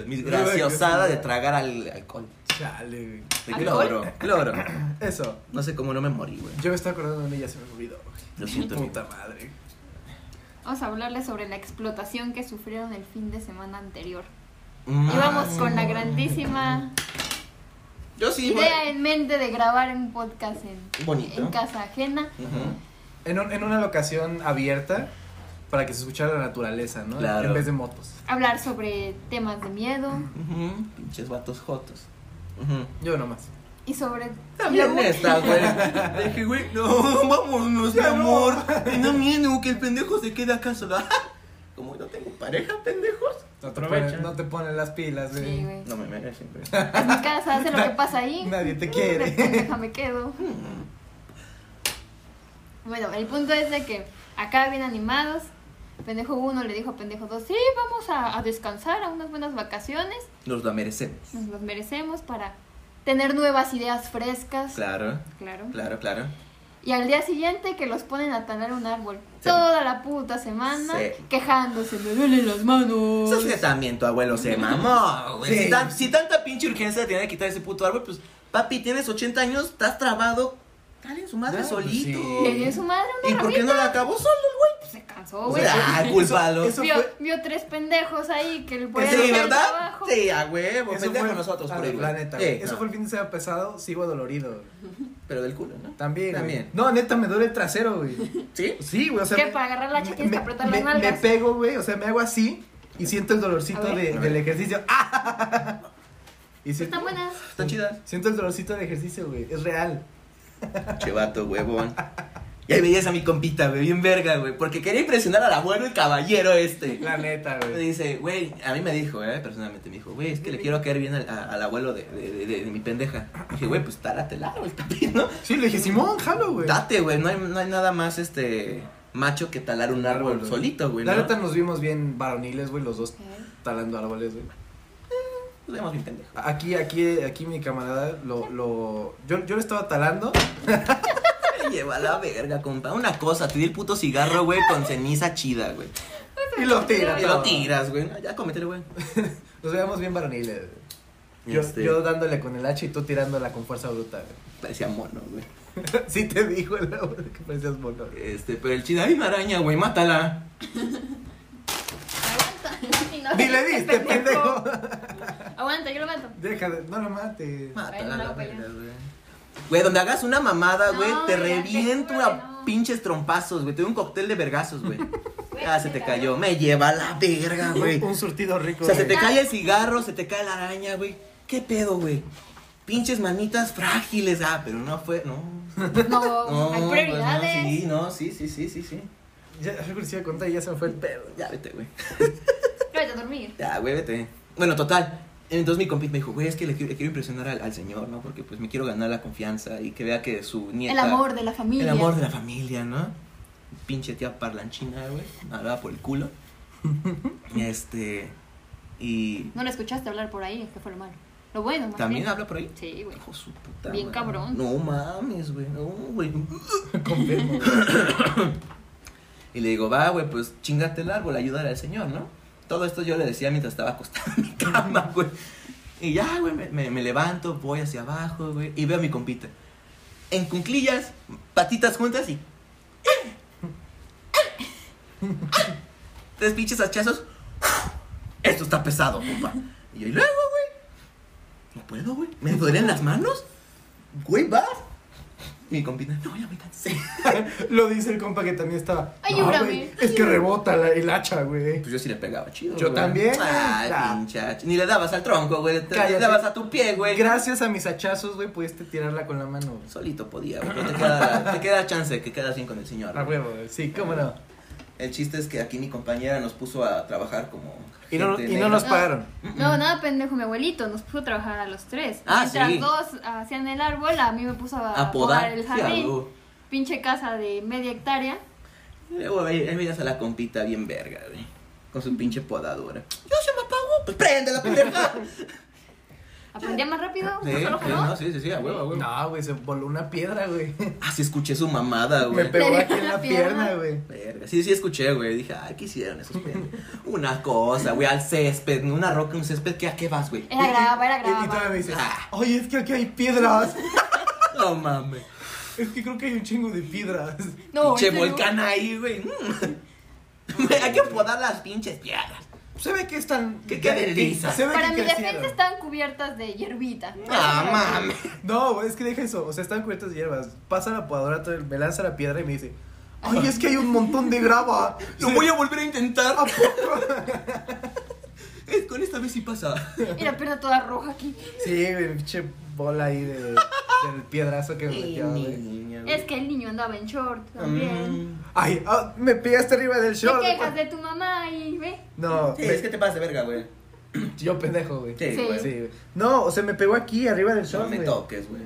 Speaker 4: mi graciosada de tragar al alcohol.
Speaker 2: Chale, güey.
Speaker 4: De
Speaker 5: ¿Alcohol?
Speaker 4: cloro, cloro.
Speaker 2: Eso.
Speaker 4: No sé cómo no me morí, güey.
Speaker 2: Yo me estaba acordando de mí y ya se me olvidó. güey.
Speaker 4: Lo siento,
Speaker 2: Puta madre.
Speaker 5: Vamos a hablarles sobre la explotación que sufrieron el fin de semana anterior.
Speaker 4: Mm.
Speaker 5: Íbamos con la grandísima
Speaker 4: Yo sí, güey.
Speaker 5: idea en mente de grabar un podcast en,
Speaker 4: Bonito.
Speaker 5: en casa ajena.
Speaker 4: Ujú.
Speaker 2: En, un- en una locación abierta para que se escuchara la naturaleza, ¿no?
Speaker 4: Claro.
Speaker 2: En vez de motos.
Speaker 5: Hablar sobre temas de miedo
Speaker 4: Ujú. Pinches vatos jotos. Ujú.
Speaker 2: Yo nomás.
Speaker 5: y sobre...
Speaker 4: También
Speaker 5: lo-
Speaker 4: esta, güey. Dije, güey, no, vámonos, mi
Speaker 2: Ya no.
Speaker 4: amor. No miedo que el pendejo se quede acá solo. Como no tengo pareja, pendejos.
Speaker 2: No te,
Speaker 3: Aprovecha.
Speaker 2: ponen, no te ponen las pilas, güey.
Speaker 5: Sí, güey.
Speaker 4: No me merecen, güey.
Speaker 5: En mi casa hace lo que pasa ahí.
Speaker 2: Nadie te
Speaker 5: De
Speaker 2: quiere.
Speaker 5: pendeja me quedo. Bueno, el punto es de que acá bien animados, pendejo uno le dijo a pendejo dos, sí, vamos a, a descansar, a unas buenas vacaciones,
Speaker 4: Nos la merecemos.
Speaker 5: nos los merecemos para tener nuevas ideas frescas.
Speaker 4: Claro,
Speaker 5: Claro.
Speaker 4: claro, claro.
Speaker 5: Y al día siguiente que los ponen a talar un árbol.
Speaker 4: Sí.
Speaker 5: Toda la puta semana
Speaker 4: Sí.
Speaker 5: quejándose, me duelen las manos.
Speaker 4: Eso es que también tu abuelo se mamó, güey.
Speaker 2: Sí.
Speaker 4: Si, tan- si tanta pinche urgencia tiene que quitar ese puto árbol, pues, papi, tienes 80 años, estás trabado. Dale en su madre
Speaker 2: Ah, pues
Speaker 4: solito.
Speaker 2: sí.
Speaker 5: Le dio su madre una
Speaker 4: ¿Y por qué no la
Speaker 5: ramita,
Speaker 4: acabó solo el
Speaker 5: pues, se cansó,
Speaker 4: güey? O
Speaker 5: güey.
Speaker 4: sea, ah, culpalo.
Speaker 2: eso
Speaker 5: vio,
Speaker 2: fue-
Speaker 5: vio tres pendejos ahí que le pueden
Speaker 4: Sí,
Speaker 5: hacer el
Speaker 4: ¿verdad?
Speaker 5: trabajo.
Speaker 4: Sí, a huevo.
Speaker 2: Eso
Speaker 4: pendejo
Speaker 2: fue
Speaker 4: Pues nosotros por
Speaker 2: Ah,
Speaker 4: ahí, güey.
Speaker 2: la neta,
Speaker 4: Sí,
Speaker 2: güey. Eso
Speaker 4: no.
Speaker 2: fue el fin de semana pasado, sigo dolorido. güey.
Speaker 4: Pero del culo, ¿no?
Speaker 2: También. güey.
Speaker 4: También.
Speaker 2: No, neta, me duele el trasero, güey.
Speaker 4: ¿Sí? pues,
Speaker 2: Sí, güey, o sea.
Speaker 5: ¿Qué,
Speaker 2: me-
Speaker 5: para agarrar la chica tienes que
Speaker 2: me-
Speaker 5: apretar las
Speaker 2: me-
Speaker 5: nalgas?
Speaker 2: Me pego, güey, o sea, me hago así y siento el dolorcito
Speaker 5: A ver.
Speaker 2: de-
Speaker 4: A ver.
Speaker 2: del ejercicio. ¡Ah! Y si-
Speaker 5: Están buenas.
Speaker 2: Mm.
Speaker 4: Están chidas.
Speaker 2: Siento el dolorcito del ejercicio, güey, es real.
Speaker 4: Chevato, huevón. Y ahí veías a mi compita, güey, bien verga, güey. Porque quería impresionar al abuelo el caballero este.
Speaker 2: La neta,
Speaker 4: Me
Speaker 2: güey.
Speaker 4: dice, güey, a mí me dijo, eh, personalmente, me dijo, güey, es que le quiero caer bien al, a- al abuelo de, de, de- de mi pendeja. dije, güey, pues táratela, güey, también, ¿no?
Speaker 2: Sí, le dije, Simón, jalo, güey.
Speaker 4: Date, güey, no hay, no hay nada más, este, macho que talar un árbol
Speaker 2: güey.
Speaker 4: solito, güey,
Speaker 2: La
Speaker 4: ¿no?
Speaker 2: neta nos vimos bien varoniles, güey, los dos talando árboles, güey.
Speaker 4: Nos vemos bien pendejo.
Speaker 2: Aquí, aquí, aquí mi camarada lo, lo. Yo, yo lo estaba talando.
Speaker 4: Me lleva a la verga, compa. Una cosa, te di el puto cigarro, güey, con ceniza chida, güey.
Speaker 2: Y lo tira.
Speaker 4: Y lo
Speaker 2: todo.
Speaker 4: tiras, güey. No, Ya cómetelo, güey.
Speaker 2: Nos veíamos bien varoniles. güey. Yo,
Speaker 4: Este,
Speaker 2: yo dándole con el hacha y tú tirándola con fuerza bruta. güey.
Speaker 4: Parecía mono, güey.
Speaker 2: Sí te dijo el hombre que parecías mono. güey.
Speaker 4: Este, pero el chido, ay, una araña, güey, mátala.
Speaker 5: Aguanta. Y no-
Speaker 2: Ni le diste, pendejo.
Speaker 5: Aguanta, yo lo mato.
Speaker 2: Deja de. No lo mates.
Speaker 4: Mátala,
Speaker 5: Ay, no,
Speaker 4: la
Speaker 5: güey,
Speaker 4: verga, güey. Güey, donde hagas una mamada,
Speaker 5: No,
Speaker 4: güey, te
Speaker 5: güey, ya te
Speaker 4: reviento
Speaker 5: juro
Speaker 4: a
Speaker 5: que no.
Speaker 4: pinches trompazos, güey. Te doy un cóctel de vergazos, güey.
Speaker 5: Güey,
Speaker 4: Ah, se te cayó. Me lleva a la verga, Ah, güey.
Speaker 2: Un, un surtido rico.
Speaker 4: O sea, se te
Speaker 2: güey.
Speaker 4: cae el cigarro, se te cae la araña, güey. ¿Qué pedo, güey? Pinches manitas frágiles. Ah, pero no fue, no.
Speaker 5: No,
Speaker 4: No,
Speaker 5: Oh, hay
Speaker 4: pues, no,
Speaker 5: prioridades.
Speaker 4: sí, no, sí, sí, sí, sí, sí.
Speaker 2: Ya, algo les iba a contar y ya se me fue el pedo.
Speaker 4: Ya vete, güey.
Speaker 5: Vete a dormir.
Speaker 4: Ya, güey, vete. Bueno, total. Entonces mi compit me dijo, güey, es que le quiero, le quiero impresionar al, al señor, ¿no? Porque pues me quiero ganar la confianza y que vea que su nieta...
Speaker 5: El amor de la familia.
Speaker 4: El amor de la familia, ¿no? Pinche tía parlanchina, güey. Hablaba por el culo. Este. Y.
Speaker 5: No la escuchaste hablar por ahí, que fue lo malo. Lo bueno, más
Speaker 4: ¿También
Speaker 5: bien.
Speaker 4: habla por ahí?
Speaker 5: Sí, güey.
Speaker 4: Hijo de su puta.
Speaker 5: Bien
Speaker 4: madre.
Speaker 5: cabrón.
Speaker 4: No mames, güey. No, güey.
Speaker 2: Confirmo. güey.
Speaker 4: Y le digo, va, güey, pues chingate el árbol, ayudar al señor, ¿no? Todo esto yo le decía mientras estaba acostado en mi cama, güey. Y ya, güey, me, me- me levanto, voy hacia abajo, güey, y veo a mi compita. En cunclillas, patitas juntas y. Tres pinches hachazos. Esto está pesado, compa. Y yo, y luego, güey. No puedo, güey. ¿Me duelen las manos? Güey, vas. Mi compita, no, ya me cansé.
Speaker 2: Lo dice el compa que también estaba.
Speaker 5: Ayúdame.
Speaker 2: güey, es que rebota la- el hacha, güey.
Speaker 4: Pues yo sí le pegaba chido.
Speaker 2: Yo
Speaker 4: güey.
Speaker 2: también.
Speaker 4: Ay,
Speaker 2: Ah.
Speaker 4: pinche hacha. Ni le dabas al tronco, güey. Te-
Speaker 2: Cállate.
Speaker 4: Le dabas a tu pie, güey.
Speaker 2: Gracias a mis hachazos, güey, pudiste tirarla con la mano. güey.
Speaker 4: Solito podía, güey. pero Te queda, te queda chance que quedas bien con el señor.
Speaker 2: A
Speaker 4: güey.
Speaker 2: huevo, güey. sí, cómo no.
Speaker 4: El chiste es que aquí mi compañera nos puso a trabajar como.
Speaker 2: Y no,
Speaker 4: gente
Speaker 2: y
Speaker 4: negra.
Speaker 2: no nos
Speaker 5: No.
Speaker 2: pagaron.
Speaker 5: No, nada, pendejo, mi abuelito nos puso a trabajar a los tres.
Speaker 4: Ah,
Speaker 5: Mientras
Speaker 4: sí.
Speaker 5: dos hacían el árbol, a mí me puso a podar
Speaker 4: apodar.
Speaker 5: el
Speaker 4: Sí,
Speaker 5: jardín.
Speaker 4: algo.
Speaker 5: Pinche casa de media hectárea.
Speaker 4: Luego ahí ahí veías a la compita bien verga, güey. Con su pinche podadora. Yo se me apago, pues prende la pendeja.
Speaker 5: Aprendía más rápido,
Speaker 4: Sí,
Speaker 5: no solo
Speaker 4: sí,
Speaker 5: jaló.
Speaker 4: no, sí, sí, sí, a huevo, a huevo.
Speaker 2: No, güey, se voló una piedra, güey.
Speaker 4: Ah, sí, escuché su mamada,
Speaker 2: Me
Speaker 4: güey.
Speaker 2: pegó
Speaker 5: Le
Speaker 2: aquí
Speaker 5: dio
Speaker 2: en
Speaker 5: la
Speaker 2: la pierna,
Speaker 5: pierna.
Speaker 2: güey.
Speaker 4: Verga. Sí, sí, escuché, güey. Dije, ay, ¿qué hicieron esos pendejos? Una cosa, güey, al césped, una roca, un césped, ¿qué, ¿a qué vas, güey?
Speaker 5: Era grava, era
Speaker 2: Y, y todavía
Speaker 5: grava.
Speaker 2: me dice,
Speaker 4: Ah.
Speaker 2: oye, es que aquí hay piedras.
Speaker 4: No mames.
Speaker 2: Es que creo que hay un chingo de piedras.
Speaker 5: No,
Speaker 4: pinche
Speaker 5: ¿en serio?
Speaker 4: volcán ahí, güey. Mm. Güey, Hay que podar las pinches piedras.
Speaker 2: Se ve que están...
Speaker 4: Que quede lisa.
Speaker 2: Se ve
Speaker 5: Para mi
Speaker 2: que crecieron.
Speaker 5: defensa estaban cubiertas de hierbita.
Speaker 4: No mames.
Speaker 2: No, güey, es que deja eso. O sea, están cubiertas de hierbas. Pasa la podadora, todo el- me lanza la piedra y me dice, ay, es que hay un montón de grava.
Speaker 4: Lo voy a volver a intentar. Es- Con esta vez sí pasa.
Speaker 5: Y la pierna toda roja aquí.
Speaker 2: Sí, güey, pinche bola ahí de, del piedrazo que me metió, güey.
Speaker 5: Es que el niño andaba en short también.
Speaker 4: Mm.
Speaker 2: Ay, ah, me pegaste arriba del
Speaker 5: Te
Speaker 2: short.
Speaker 5: quejas de tu mamá y ve.
Speaker 2: No,
Speaker 4: Sí,
Speaker 2: me-
Speaker 4: es que te pasas de verga, güey.
Speaker 2: yo pendejo, güey.
Speaker 4: Sí,
Speaker 5: Sí.
Speaker 4: güey.
Speaker 2: Sí, güey. No, o sea, me pegó aquí arriba del short,
Speaker 4: No me
Speaker 2: güey.
Speaker 4: toques, güey.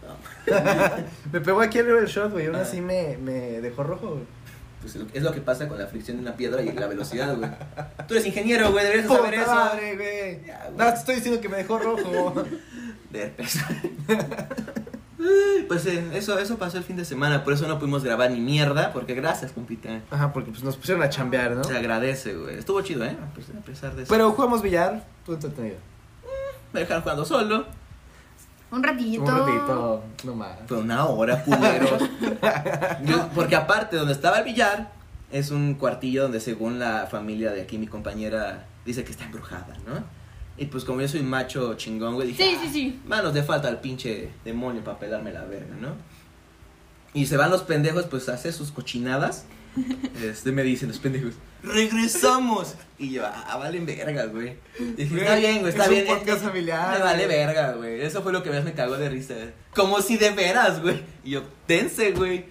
Speaker 4: No,
Speaker 2: Me pegó aquí arriba del short, güey. Aún
Speaker 4: Ah.
Speaker 2: así me, me dejó rojo, güey.
Speaker 4: pues es lo- es lo que pasa con la fricción de una piedra y la velocidad, güey. Tú eres ingeniero, güey, deberías de
Speaker 2: Puta
Speaker 4: saber eso.
Speaker 2: madre, güey.
Speaker 4: Ya, güey.
Speaker 2: No, te estoy diciendo que me dejó rojo.
Speaker 4: De herpes. Ay, pues eh, eso, eso pasó el fin de semana, por eso no pudimos grabar ni mierda, porque gracias, compita.
Speaker 2: Ajá, porque pues nos pusieron a chambear, ¿no?
Speaker 4: Se agradece, güey. Estuvo chido, ¿eh? A pesar- A pesar de eso.
Speaker 2: Pero jugamos billar, tú entretenido.
Speaker 4: me dejaron jugando solo.
Speaker 5: Un ratito.
Speaker 2: Un ratito, no más.
Speaker 4: Fue una hora, culeros. Yo- porque aparte, donde estaba el billar, es un cuartillo donde según la familia de aquí, mi compañera, dice que está embrujada, ¿no? Y pues como yo soy macho chingón, güey, dije,
Speaker 5: Sí, sí,
Speaker 4: "Ah,
Speaker 5: sí.
Speaker 4: manos de falta al pinche demonio para pelarme la verga, ¿no? Y se van los pendejos, pues, a hacer sus cochinadas. Este, me dicen los pendejos, ¡regresamos! Y yo, ah, valen verga, güey. Dije, está bien, güey, está
Speaker 2: es
Speaker 4: bien.
Speaker 2: Un podcast familiar.
Speaker 4: Me vale verga, güey. Eso fue lo que más me cagó de risa. Como si de veras, güey. Y yo, tense, güey.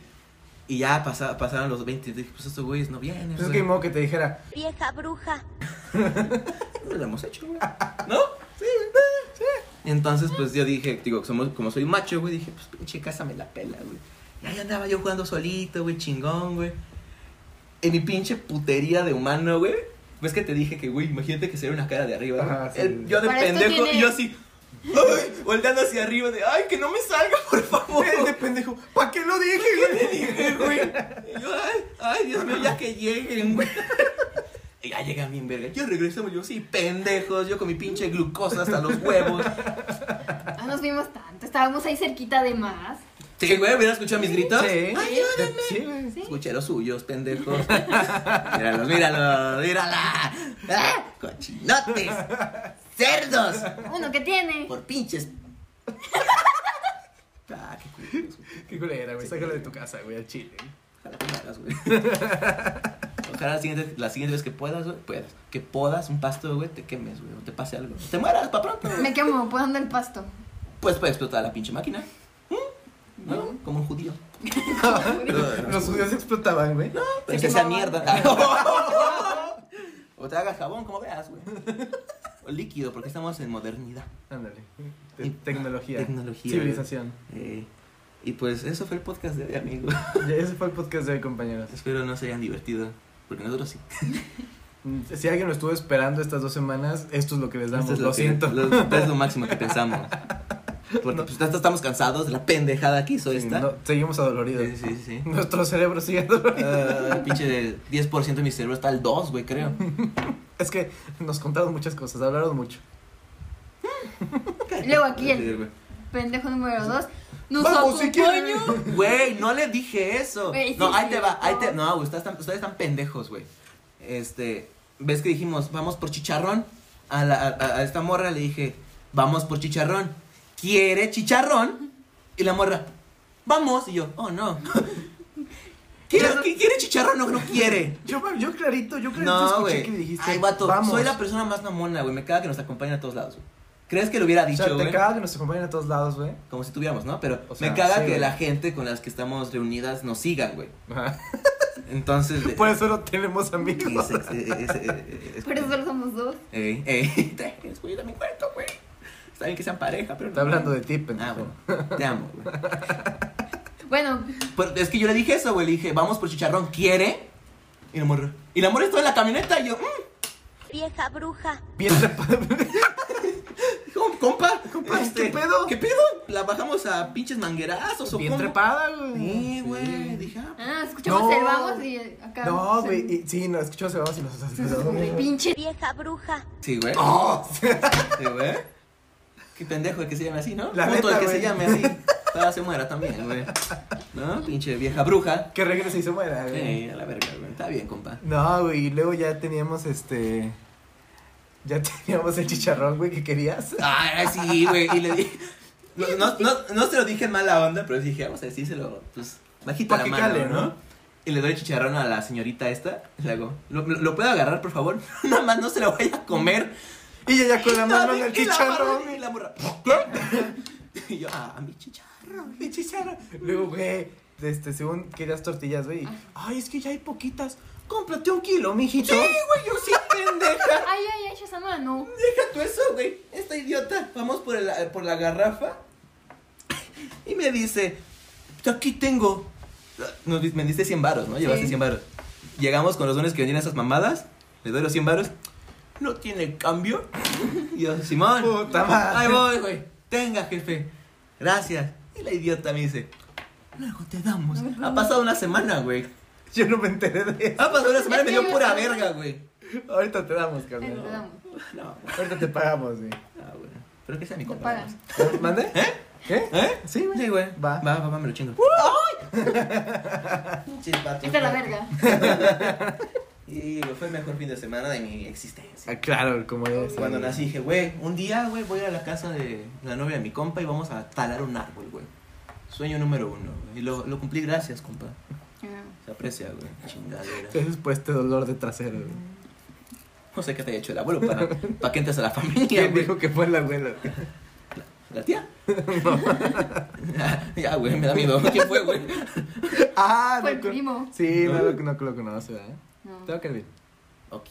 Speaker 4: Y ya pasa- pasaron los 20. y Dije, pues estos güeyes no vienen.
Speaker 2: Pues es
Speaker 4: güey.
Speaker 2: que ni modo que te dijera,
Speaker 1: vieja bruja,
Speaker 4: No Pues lo hemos hecho, güey. ¿No? Sí, sí. Entonces, pues yo dije, digo, somos, como soy macho, güey, dije, pues pinche casa me la pela, güey. Y ahí andaba yo jugando solito, güey, chingón, güey. En mi pinche putería de humano, güey. Ves que te dije que, güey, imagínate que sería una cara de arriba.
Speaker 2: Ajá,
Speaker 4: güey. El-
Speaker 2: sí.
Speaker 4: yo de
Speaker 5: Para esto
Speaker 4: pendejo
Speaker 5: tiene-
Speaker 4: y yo así, ay, volteando hacia arriba, de, ay, que no me salga, por favor.
Speaker 2: "Eh, de pendejo, ¿para qué lo dije, güey?"
Speaker 4: Eh, güey. Y yo, ay, ay, Dios mío, ya que lleguen, güey. Y ya llegan bien verga. Yo regresamos, yo sí, pendejos. Yo con mi pinche glucosa hasta los huevos.
Speaker 5: No Ah, nos vimos tanto. Estábamos ahí cerquita de más.
Speaker 4: Sí, güey, ¿hubieran escuchado mis gritos?
Speaker 2: Sí.
Speaker 4: Ayúdenme.
Speaker 2: Sí, güey.
Speaker 4: Escuché los suyos, pendejos. míralos, míralos, mírala. ¡Ah! Cochinotes. Cerdos.
Speaker 5: Uno que tiene.
Speaker 4: Por pinches. Ah, qué culos, güey.
Speaker 2: Qué culera, güey. Sácalo de tu casa, güey, al chile.
Speaker 4: Ojalá que lo hagas, güey. Ojalá la siguiente, la siguiente vez que puedas, güey, puedas. Que podas un pasto, güey, te quemes, güey, o te pase algo. Te mueras para pronto. güey.
Speaker 5: Me quemo podando el pasto.
Speaker 4: Pues puede explotar la pinche máquina. ¿Mm? ¿No? Como un judío.
Speaker 2: Los judíos explotaban, güey.
Speaker 4: Pero
Speaker 5: Se
Speaker 4: que sea
Speaker 5: quemaban.
Speaker 4: mierda. o te hagas jabón, como veas, güey. O líquido, porque estamos en modernidad.
Speaker 2: Ándale.
Speaker 4: Y-
Speaker 2: Te- Tecnología.
Speaker 4: Tecnología,
Speaker 2: Civilización.
Speaker 4: Eh, y pues eso fue el podcast de hoy, amigos.
Speaker 2: Ya, Ese fue el podcast de hoy, compañeros.
Speaker 4: Espero no se hayan divertido. Porque nosotros sí.
Speaker 2: Mm, Si alguien lo estuvo esperando estas dos semanas, esto es lo que les damos.
Speaker 4: Esto Este es que-
Speaker 2: lo, siento.
Speaker 4: lo- esto es lo máximo que pensamos. Porque pues, tanto estamos cansados de la pendejada que hizo
Speaker 2: Sí,
Speaker 4: esta.
Speaker 2: no, seguimos adoloridos.
Speaker 4: Sí, sí, sí.
Speaker 2: Nuestro cerebro sigue adolorido.
Speaker 4: Ah, pinche 10% de mi cerebro está al 2, güey, creo.
Speaker 2: Es que nos contaron muchas cosas, hablaron mucho.
Speaker 5: Luego aquí el pendejo número dos. Nos
Speaker 2: Vamos, si
Speaker 5: acompaña.
Speaker 2: quieren.
Speaker 4: Güey, no le dije eso.
Speaker 5: Güey, sí,
Speaker 4: no, ahí
Speaker 5: sí,
Speaker 4: te va, ahí
Speaker 5: no.
Speaker 4: te. No, güey, ustedes están, ustedes están pendejos, güey. Este, ves que dijimos, vamos por chicharrón. A, la- a- a esta morra le dije, vamos por chicharrón. ¿Quiere chicharrón? Y la morra, vamos. Y yo, oh no. ¿Quiere, qui- quiere chicharrón o no quiere?
Speaker 2: Yo, yo clarito, yo clarito
Speaker 4: No,
Speaker 2: escuché
Speaker 4: güey.
Speaker 2: que dijiste.
Speaker 4: Ay, vato,
Speaker 2: vamos.
Speaker 4: soy la persona más mamona, güey. Me caga que nos acompañen a todos lados, güey. ¿Crees que lo hubiera
Speaker 2: O
Speaker 4: dicho,
Speaker 2: sea, te
Speaker 4: güey?
Speaker 2: caga que nos acompañen a todos lados, güey.
Speaker 4: Como si tuviéramos, ¿no? Pero
Speaker 2: O sea,
Speaker 4: me caga
Speaker 2: sí,
Speaker 4: que
Speaker 2: güey.
Speaker 4: la gente con las que estamos reunidas nos sigan, güey.
Speaker 2: Ajá.
Speaker 4: Entonces. de-
Speaker 2: Por eso no tenemos
Speaker 4: y
Speaker 2: amigos.
Speaker 4: se- eh, eh, es- eh, eh, es-
Speaker 5: Por eso solo somos dos.
Speaker 4: Ey, ey, te dejes, güey, de mi cuarto, güey. Está bien que sean pareja, pero.
Speaker 2: Está
Speaker 4: no.
Speaker 2: hablando de ti, pendejo.
Speaker 4: Ah, bueno. Te amo, güey.
Speaker 5: Bueno,
Speaker 4: Pero es que yo le dije eso, güey. Le dije, vamos por chicharrón, ¿quiere? Y la morra. Y la morra estaba en la camioneta. Y yo, mm,
Speaker 1: vieja bruja,
Speaker 2: Bien trepado.
Speaker 4: dijo, compa,
Speaker 2: Compa,
Speaker 4: este,
Speaker 2: ¿qué pedo?
Speaker 4: ¿Qué pedo? ¿La bajamos a pinches manguerazos o
Speaker 2: Bien
Speaker 4: cómo?"
Speaker 2: trepada, güey.
Speaker 4: Sí, güey. Dije, ah,
Speaker 5: ah, escuchamos
Speaker 2: No.
Speaker 5: el vamos y el- acá.
Speaker 2: No,
Speaker 5: se-
Speaker 2: güey. y- Sí, no, escuchamos vamos y nos
Speaker 5: se- Pinche.
Speaker 1: vieja bruja,
Speaker 4: pues Sí, güey.
Speaker 2: ¡Oh!
Speaker 4: Sí, güey. ¿eh? Qué pendejo el que se llame así, ¿no?
Speaker 2: La
Speaker 4: Puto
Speaker 2: neta,
Speaker 4: el que
Speaker 2: güey.
Speaker 4: se llame así. Ojalá se muera también, güey. ¿No? Pinche vieja bruja.
Speaker 2: Que regrese y se muera, güey.
Speaker 4: Sí, a la verga, güey. Está bien, compa.
Speaker 2: No, güey. Y luego ya teníamos este. Ya teníamos el chicharrón, güey, que querías.
Speaker 4: Ah, sí, güey. Y le dije. No, no, no, no se lo dije en mala onda, pero dije, vamos a decírselo, pues, bajita
Speaker 2: Pa'
Speaker 4: la
Speaker 2: que
Speaker 4: mano,
Speaker 2: cale,
Speaker 4: ¿no?
Speaker 2: ¿no?
Speaker 4: Y le doy el chicharrón a la señorita esta. Le hago, ¿lo, lo- lo puedo agarrar, por favor? Nada más no se lo vaya a comer.
Speaker 2: Y ella ya con la mano en el
Speaker 4: Y la agarra,
Speaker 2: chicharrón.
Speaker 4: Y la morra, ¿qué? Y yo, ah, mi chicharrón, mi chicharrón.
Speaker 2: Luego, güey, este, según querías tortillas, güey. Ay, es que ya hay poquitas. Cómprate un kilo, mijito.
Speaker 4: Sí, güey, yo sí, pendeja.
Speaker 5: Ay, ay, ay, Shazama, no.
Speaker 4: Deja tú eso, güey. Esta idiota. Vamos por, el- por la garrafa. Y me dice, aquí tengo. Nos, di- me diste 100 varos, ¿no? Llevaste
Speaker 5: Sí.
Speaker 4: 100 varos. Llegamos con los dones que vendían esas mamadas. Le doy los 100 varos. No tiene cambio. Y yo, Simón.
Speaker 2: Puta madre.
Speaker 4: Ahí voy, güey. Tenga, jefe. Gracias. Y la idiota me dice, luego te damos. Ha pasado una semana, güey.
Speaker 2: Yo no me enteré de eso.
Speaker 4: Ha pasado una Ah, semana y me dio
Speaker 5: Sí,
Speaker 4: pura
Speaker 5: sí.
Speaker 4: verga, güey.
Speaker 2: Ahorita te damos,
Speaker 5: Ay,
Speaker 2: cabrón.
Speaker 5: perdón.
Speaker 4: No, güey.
Speaker 2: Ahorita te pagamos, güey.
Speaker 4: Ah, güey. Pero que sea mi
Speaker 5: Te
Speaker 4: compa.
Speaker 5: pagan.
Speaker 2: ¿Mande?
Speaker 4: ¿Eh?
Speaker 2: ¿Qué?
Speaker 4: ¿Eh?
Speaker 2: Sí, güey.
Speaker 4: Sí, güey.
Speaker 2: Va.
Speaker 4: Va, va, va, me lo chingo. Pinches vatos,
Speaker 5: Vete a la
Speaker 4: güey.
Speaker 5: verga.
Speaker 4: Y güey, fue el mejor fin de semana de mi existencia.
Speaker 2: Ah, claro, como es.
Speaker 4: Cuando nací dije, güey, un día, güey, voy a la casa de la novia de mi compa y vamos a talar un árbol, güey. Sueño número uno, güey. Y lo, lo cumplí, gracias, compa. Se aprecia, güey. Chingadera.
Speaker 2: Entonces, pues, este dolor de trasero, güey.
Speaker 4: No sé qué te haya hecho el abuelo para, para que entres a la familia,
Speaker 2: ¿Quién
Speaker 4: güey.
Speaker 2: dijo que fue el abuelo?
Speaker 4: ¿La tía? ya, güey, me da miedo. ¿Quién fue, güey?
Speaker 2: Ah,
Speaker 5: Fue el
Speaker 2: con-
Speaker 5: primo.
Speaker 2: Sí, no,
Speaker 4: No.
Speaker 2: lo no, no, lo conoce, ¿verdad?
Speaker 5: No.
Speaker 2: Tengo que ver.
Speaker 4: Ok.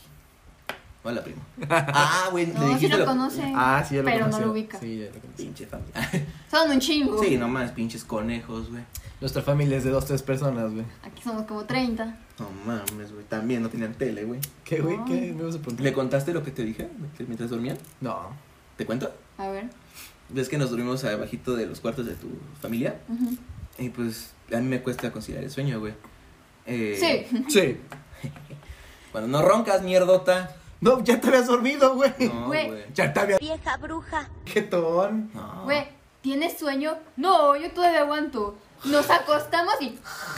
Speaker 4: Hola, primo. Ah, güey,
Speaker 5: No,
Speaker 4: le
Speaker 5: sí
Speaker 4: dijiste
Speaker 5: lo conoce.
Speaker 2: Ah, sí, ya lo
Speaker 5: Pero
Speaker 2: conoció.
Speaker 5: no lo ubica.
Speaker 2: Sí, ya lo conocí.
Speaker 4: Pinche familia.
Speaker 5: Son un chingo.
Speaker 4: Sí, nomás, pinches conejos, güey.
Speaker 2: Nuestra familia es de dos, tres personas, güey.
Speaker 5: Aquí somos como 30.
Speaker 4: No mames, güey. También no tenían tele, güey.
Speaker 2: ¿Qué, güey?
Speaker 5: Ay.
Speaker 2: ¿Qué? Me vas a preguntar.
Speaker 4: ¿Le contaste lo que te dije que mientras dormían?
Speaker 2: No.
Speaker 4: ¿Te cuento?
Speaker 5: A ver.
Speaker 4: Ves que nos dormimos abajito de los cuartos de tu familia.
Speaker 5: Ujú.
Speaker 4: Y pues a mí me cuesta conciliar el sueño, güey. Eh,
Speaker 5: Sí.
Speaker 2: Sí.
Speaker 4: Cuando no roncas, mierdota.
Speaker 2: No, ya te habías dormido, güey.
Speaker 4: No,
Speaker 5: Güey.
Speaker 4: güey.
Speaker 2: Ya te habías.
Speaker 1: vieja bruja,
Speaker 2: Jetón.
Speaker 4: No.
Speaker 5: Güey, ¿tienes sueño? No, yo todavía aguanto. Nos acostamos y.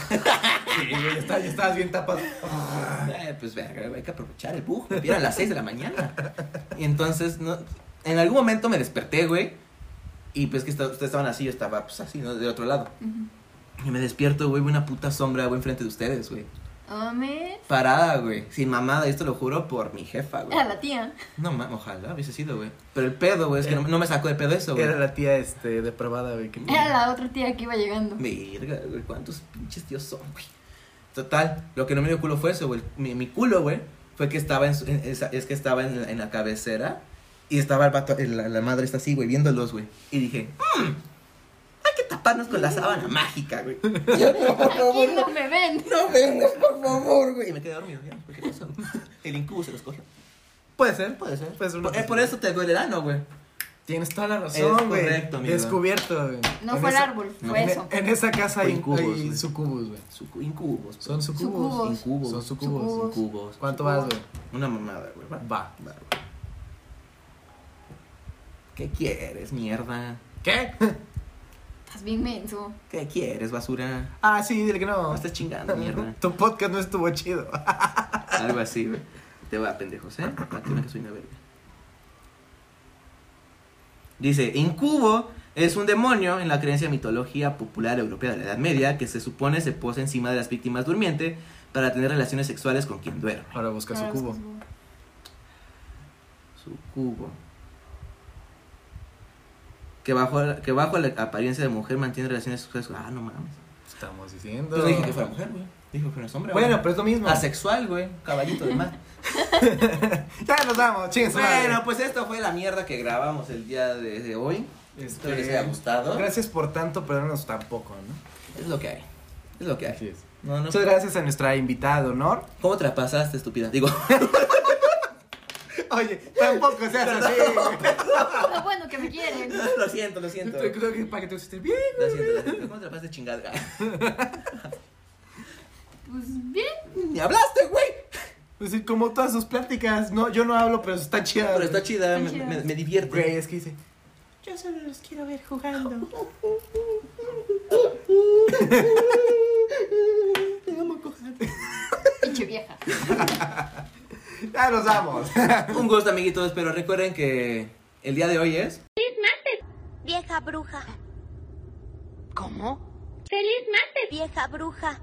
Speaker 2: Sí, güey, ya estabas, ya estabas bien tapado.
Speaker 4: Eh, pues verga, güey, hay que aprovechar el bug. güey. Eran las 6 de la mañana. Y entonces, no, en algún momento me desperté, güey. Y pues que esta- ustedes estaban así, yo estaba pues así, ¿no? Del otro lado. Y me despierto, güey, veo una puta sombra, güey, enfrente de ustedes, güey.
Speaker 5: Amén.
Speaker 4: Parada, güey. Sin mamada, esto lo juro por mi jefa, güey.
Speaker 5: Era Ah, la tía.
Speaker 4: No mames, ojalá hubiese sido, güey. Pero el pedo, güey, es que no, no me sacó de pedo eso, güey.
Speaker 2: Era la tía, este, depravada, güey. que-
Speaker 5: Era la otra tía que iba llegando.
Speaker 4: Verga, güey, cuántos pinches tíos son, güey. Total, lo que no me dio culo fue eso, güey. Mi, mi culo, güey, fue que estaba en, su- en esa- es que estaba en la, en la cabecera y estaba el vato, el- la, la madre está así, güey, viéndolos, güey. Y dije, "Mm, hay que taparnos con la sábana mágica, güey. Yo, no, por favor,
Speaker 5: Aquí
Speaker 4: no.
Speaker 5: no me ven.
Speaker 4: No vengas, por favor, güey. Y me quedé dormido, ya, ¿qué pasó? El incubo se los coge.
Speaker 2: Puede ser,
Speaker 4: Puede ser.
Speaker 2: Puede ser una
Speaker 4: por, eh, por
Speaker 2: posibilidad.
Speaker 4: eso te duele el ano, güey.
Speaker 2: Tienes toda la
Speaker 4: Es
Speaker 2: razón, güey.
Speaker 4: correcto, amigo.
Speaker 2: Descubierto, güey.
Speaker 5: No
Speaker 2: En
Speaker 5: fue el
Speaker 2: esa-
Speaker 5: árbol,
Speaker 4: no.
Speaker 5: fue
Speaker 2: En,
Speaker 5: Pues
Speaker 2: e,
Speaker 5: eso.
Speaker 2: en esa casa hay,
Speaker 4: Fue incubos,
Speaker 2: hay
Speaker 4: güey.
Speaker 2: sucubus, güey.
Speaker 4: Su- Incubos. pues.
Speaker 2: Son
Speaker 5: Sucubos.
Speaker 2: sucubos.
Speaker 4: Incubos.
Speaker 2: Son sucubos.
Speaker 4: Incubos.
Speaker 2: ¿Cuánto vas,
Speaker 5: Sucubos.
Speaker 2: güey?
Speaker 4: Una mamada, güey. Va.
Speaker 2: Va.
Speaker 4: Va, güey. ¿Qué quieres, mierda?
Speaker 2: ¿Qué?
Speaker 5: Estás bien menso.
Speaker 4: ¿Qué quieres, basura?
Speaker 2: Ah, sí, dile que
Speaker 4: No
Speaker 2: no.
Speaker 4: estás chingando, mierda.
Speaker 2: Tu podcast no estuvo chido.
Speaker 4: Algo así, güey. Te va, pendejos, ¿eh? Para que vean que soy una verga. Dice, Incubo es un demonio en la creencia mitología popular europea de la Edad Media que se supone se posa encima de las víctimas durmiente para tener relaciones sexuales con quien duerme.
Speaker 2: Ahora busca su
Speaker 5: Ahora
Speaker 2: cubo.
Speaker 5: busco
Speaker 4: su cubo. Que bajo, que bajo la apariencia de mujer mantiene relaciones sexuales. Ah, no mames.
Speaker 2: Estamos diciendo. Ah,
Speaker 4: Pues no dije que fuera mujer, güey. Dijo que fuera hombre.
Speaker 2: Bueno,
Speaker 4: güey.
Speaker 2: pero es lo mismo.
Speaker 4: Asexual, güey. Caballito de mar.
Speaker 2: Ya nos vamos, chingues.
Speaker 4: bueno, pues esto fue la mierda que grabamos el día de, de hoy. Espero les haya gustado.
Speaker 2: Este, Gracias por tanto, perdónanos tampoco, ¿no?
Speaker 4: Es lo que hay. Es lo que hay.
Speaker 2: es.
Speaker 4: No, no.
Speaker 2: Muchas gracias a nuestra invitada, honor.
Speaker 4: ¿Cómo te la pasaste, estúpida? Digo,
Speaker 2: Oye, tampoco seas así.
Speaker 5: Lo bueno que me quieren.
Speaker 4: lo siento, lo siento. Lo siento,
Speaker 2: Creo que para que te estés bien.
Speaker 4: lo siento. ¿Cómo te la pasaste, chingada?
Speaker 5: Pues bien.
Speaker 4: Ni hablaste, güey.
Speaker 2: Pues sí, como todas sus pláticas. No, yo no hablo, pero está chida.
Speaker 4: Pero está chida, me,
Speaker 5: Está chida.
Speaker 4: me- me divierte.
Speaker 2: Güey, es que dice.
Speaker 3: Yo solo los quiero ver jugando.
Speaker 5: Pinche vieja.
Speaker 2: Ya "Ah, nos vamos.
Speaker 4: Un gusto, amiguitos, pero recuerden que el día de hoy es.
Speaker 1: Vieja bruja.
Speaker 6: ¿Cómo?
Speaker 1: Vieja bruja.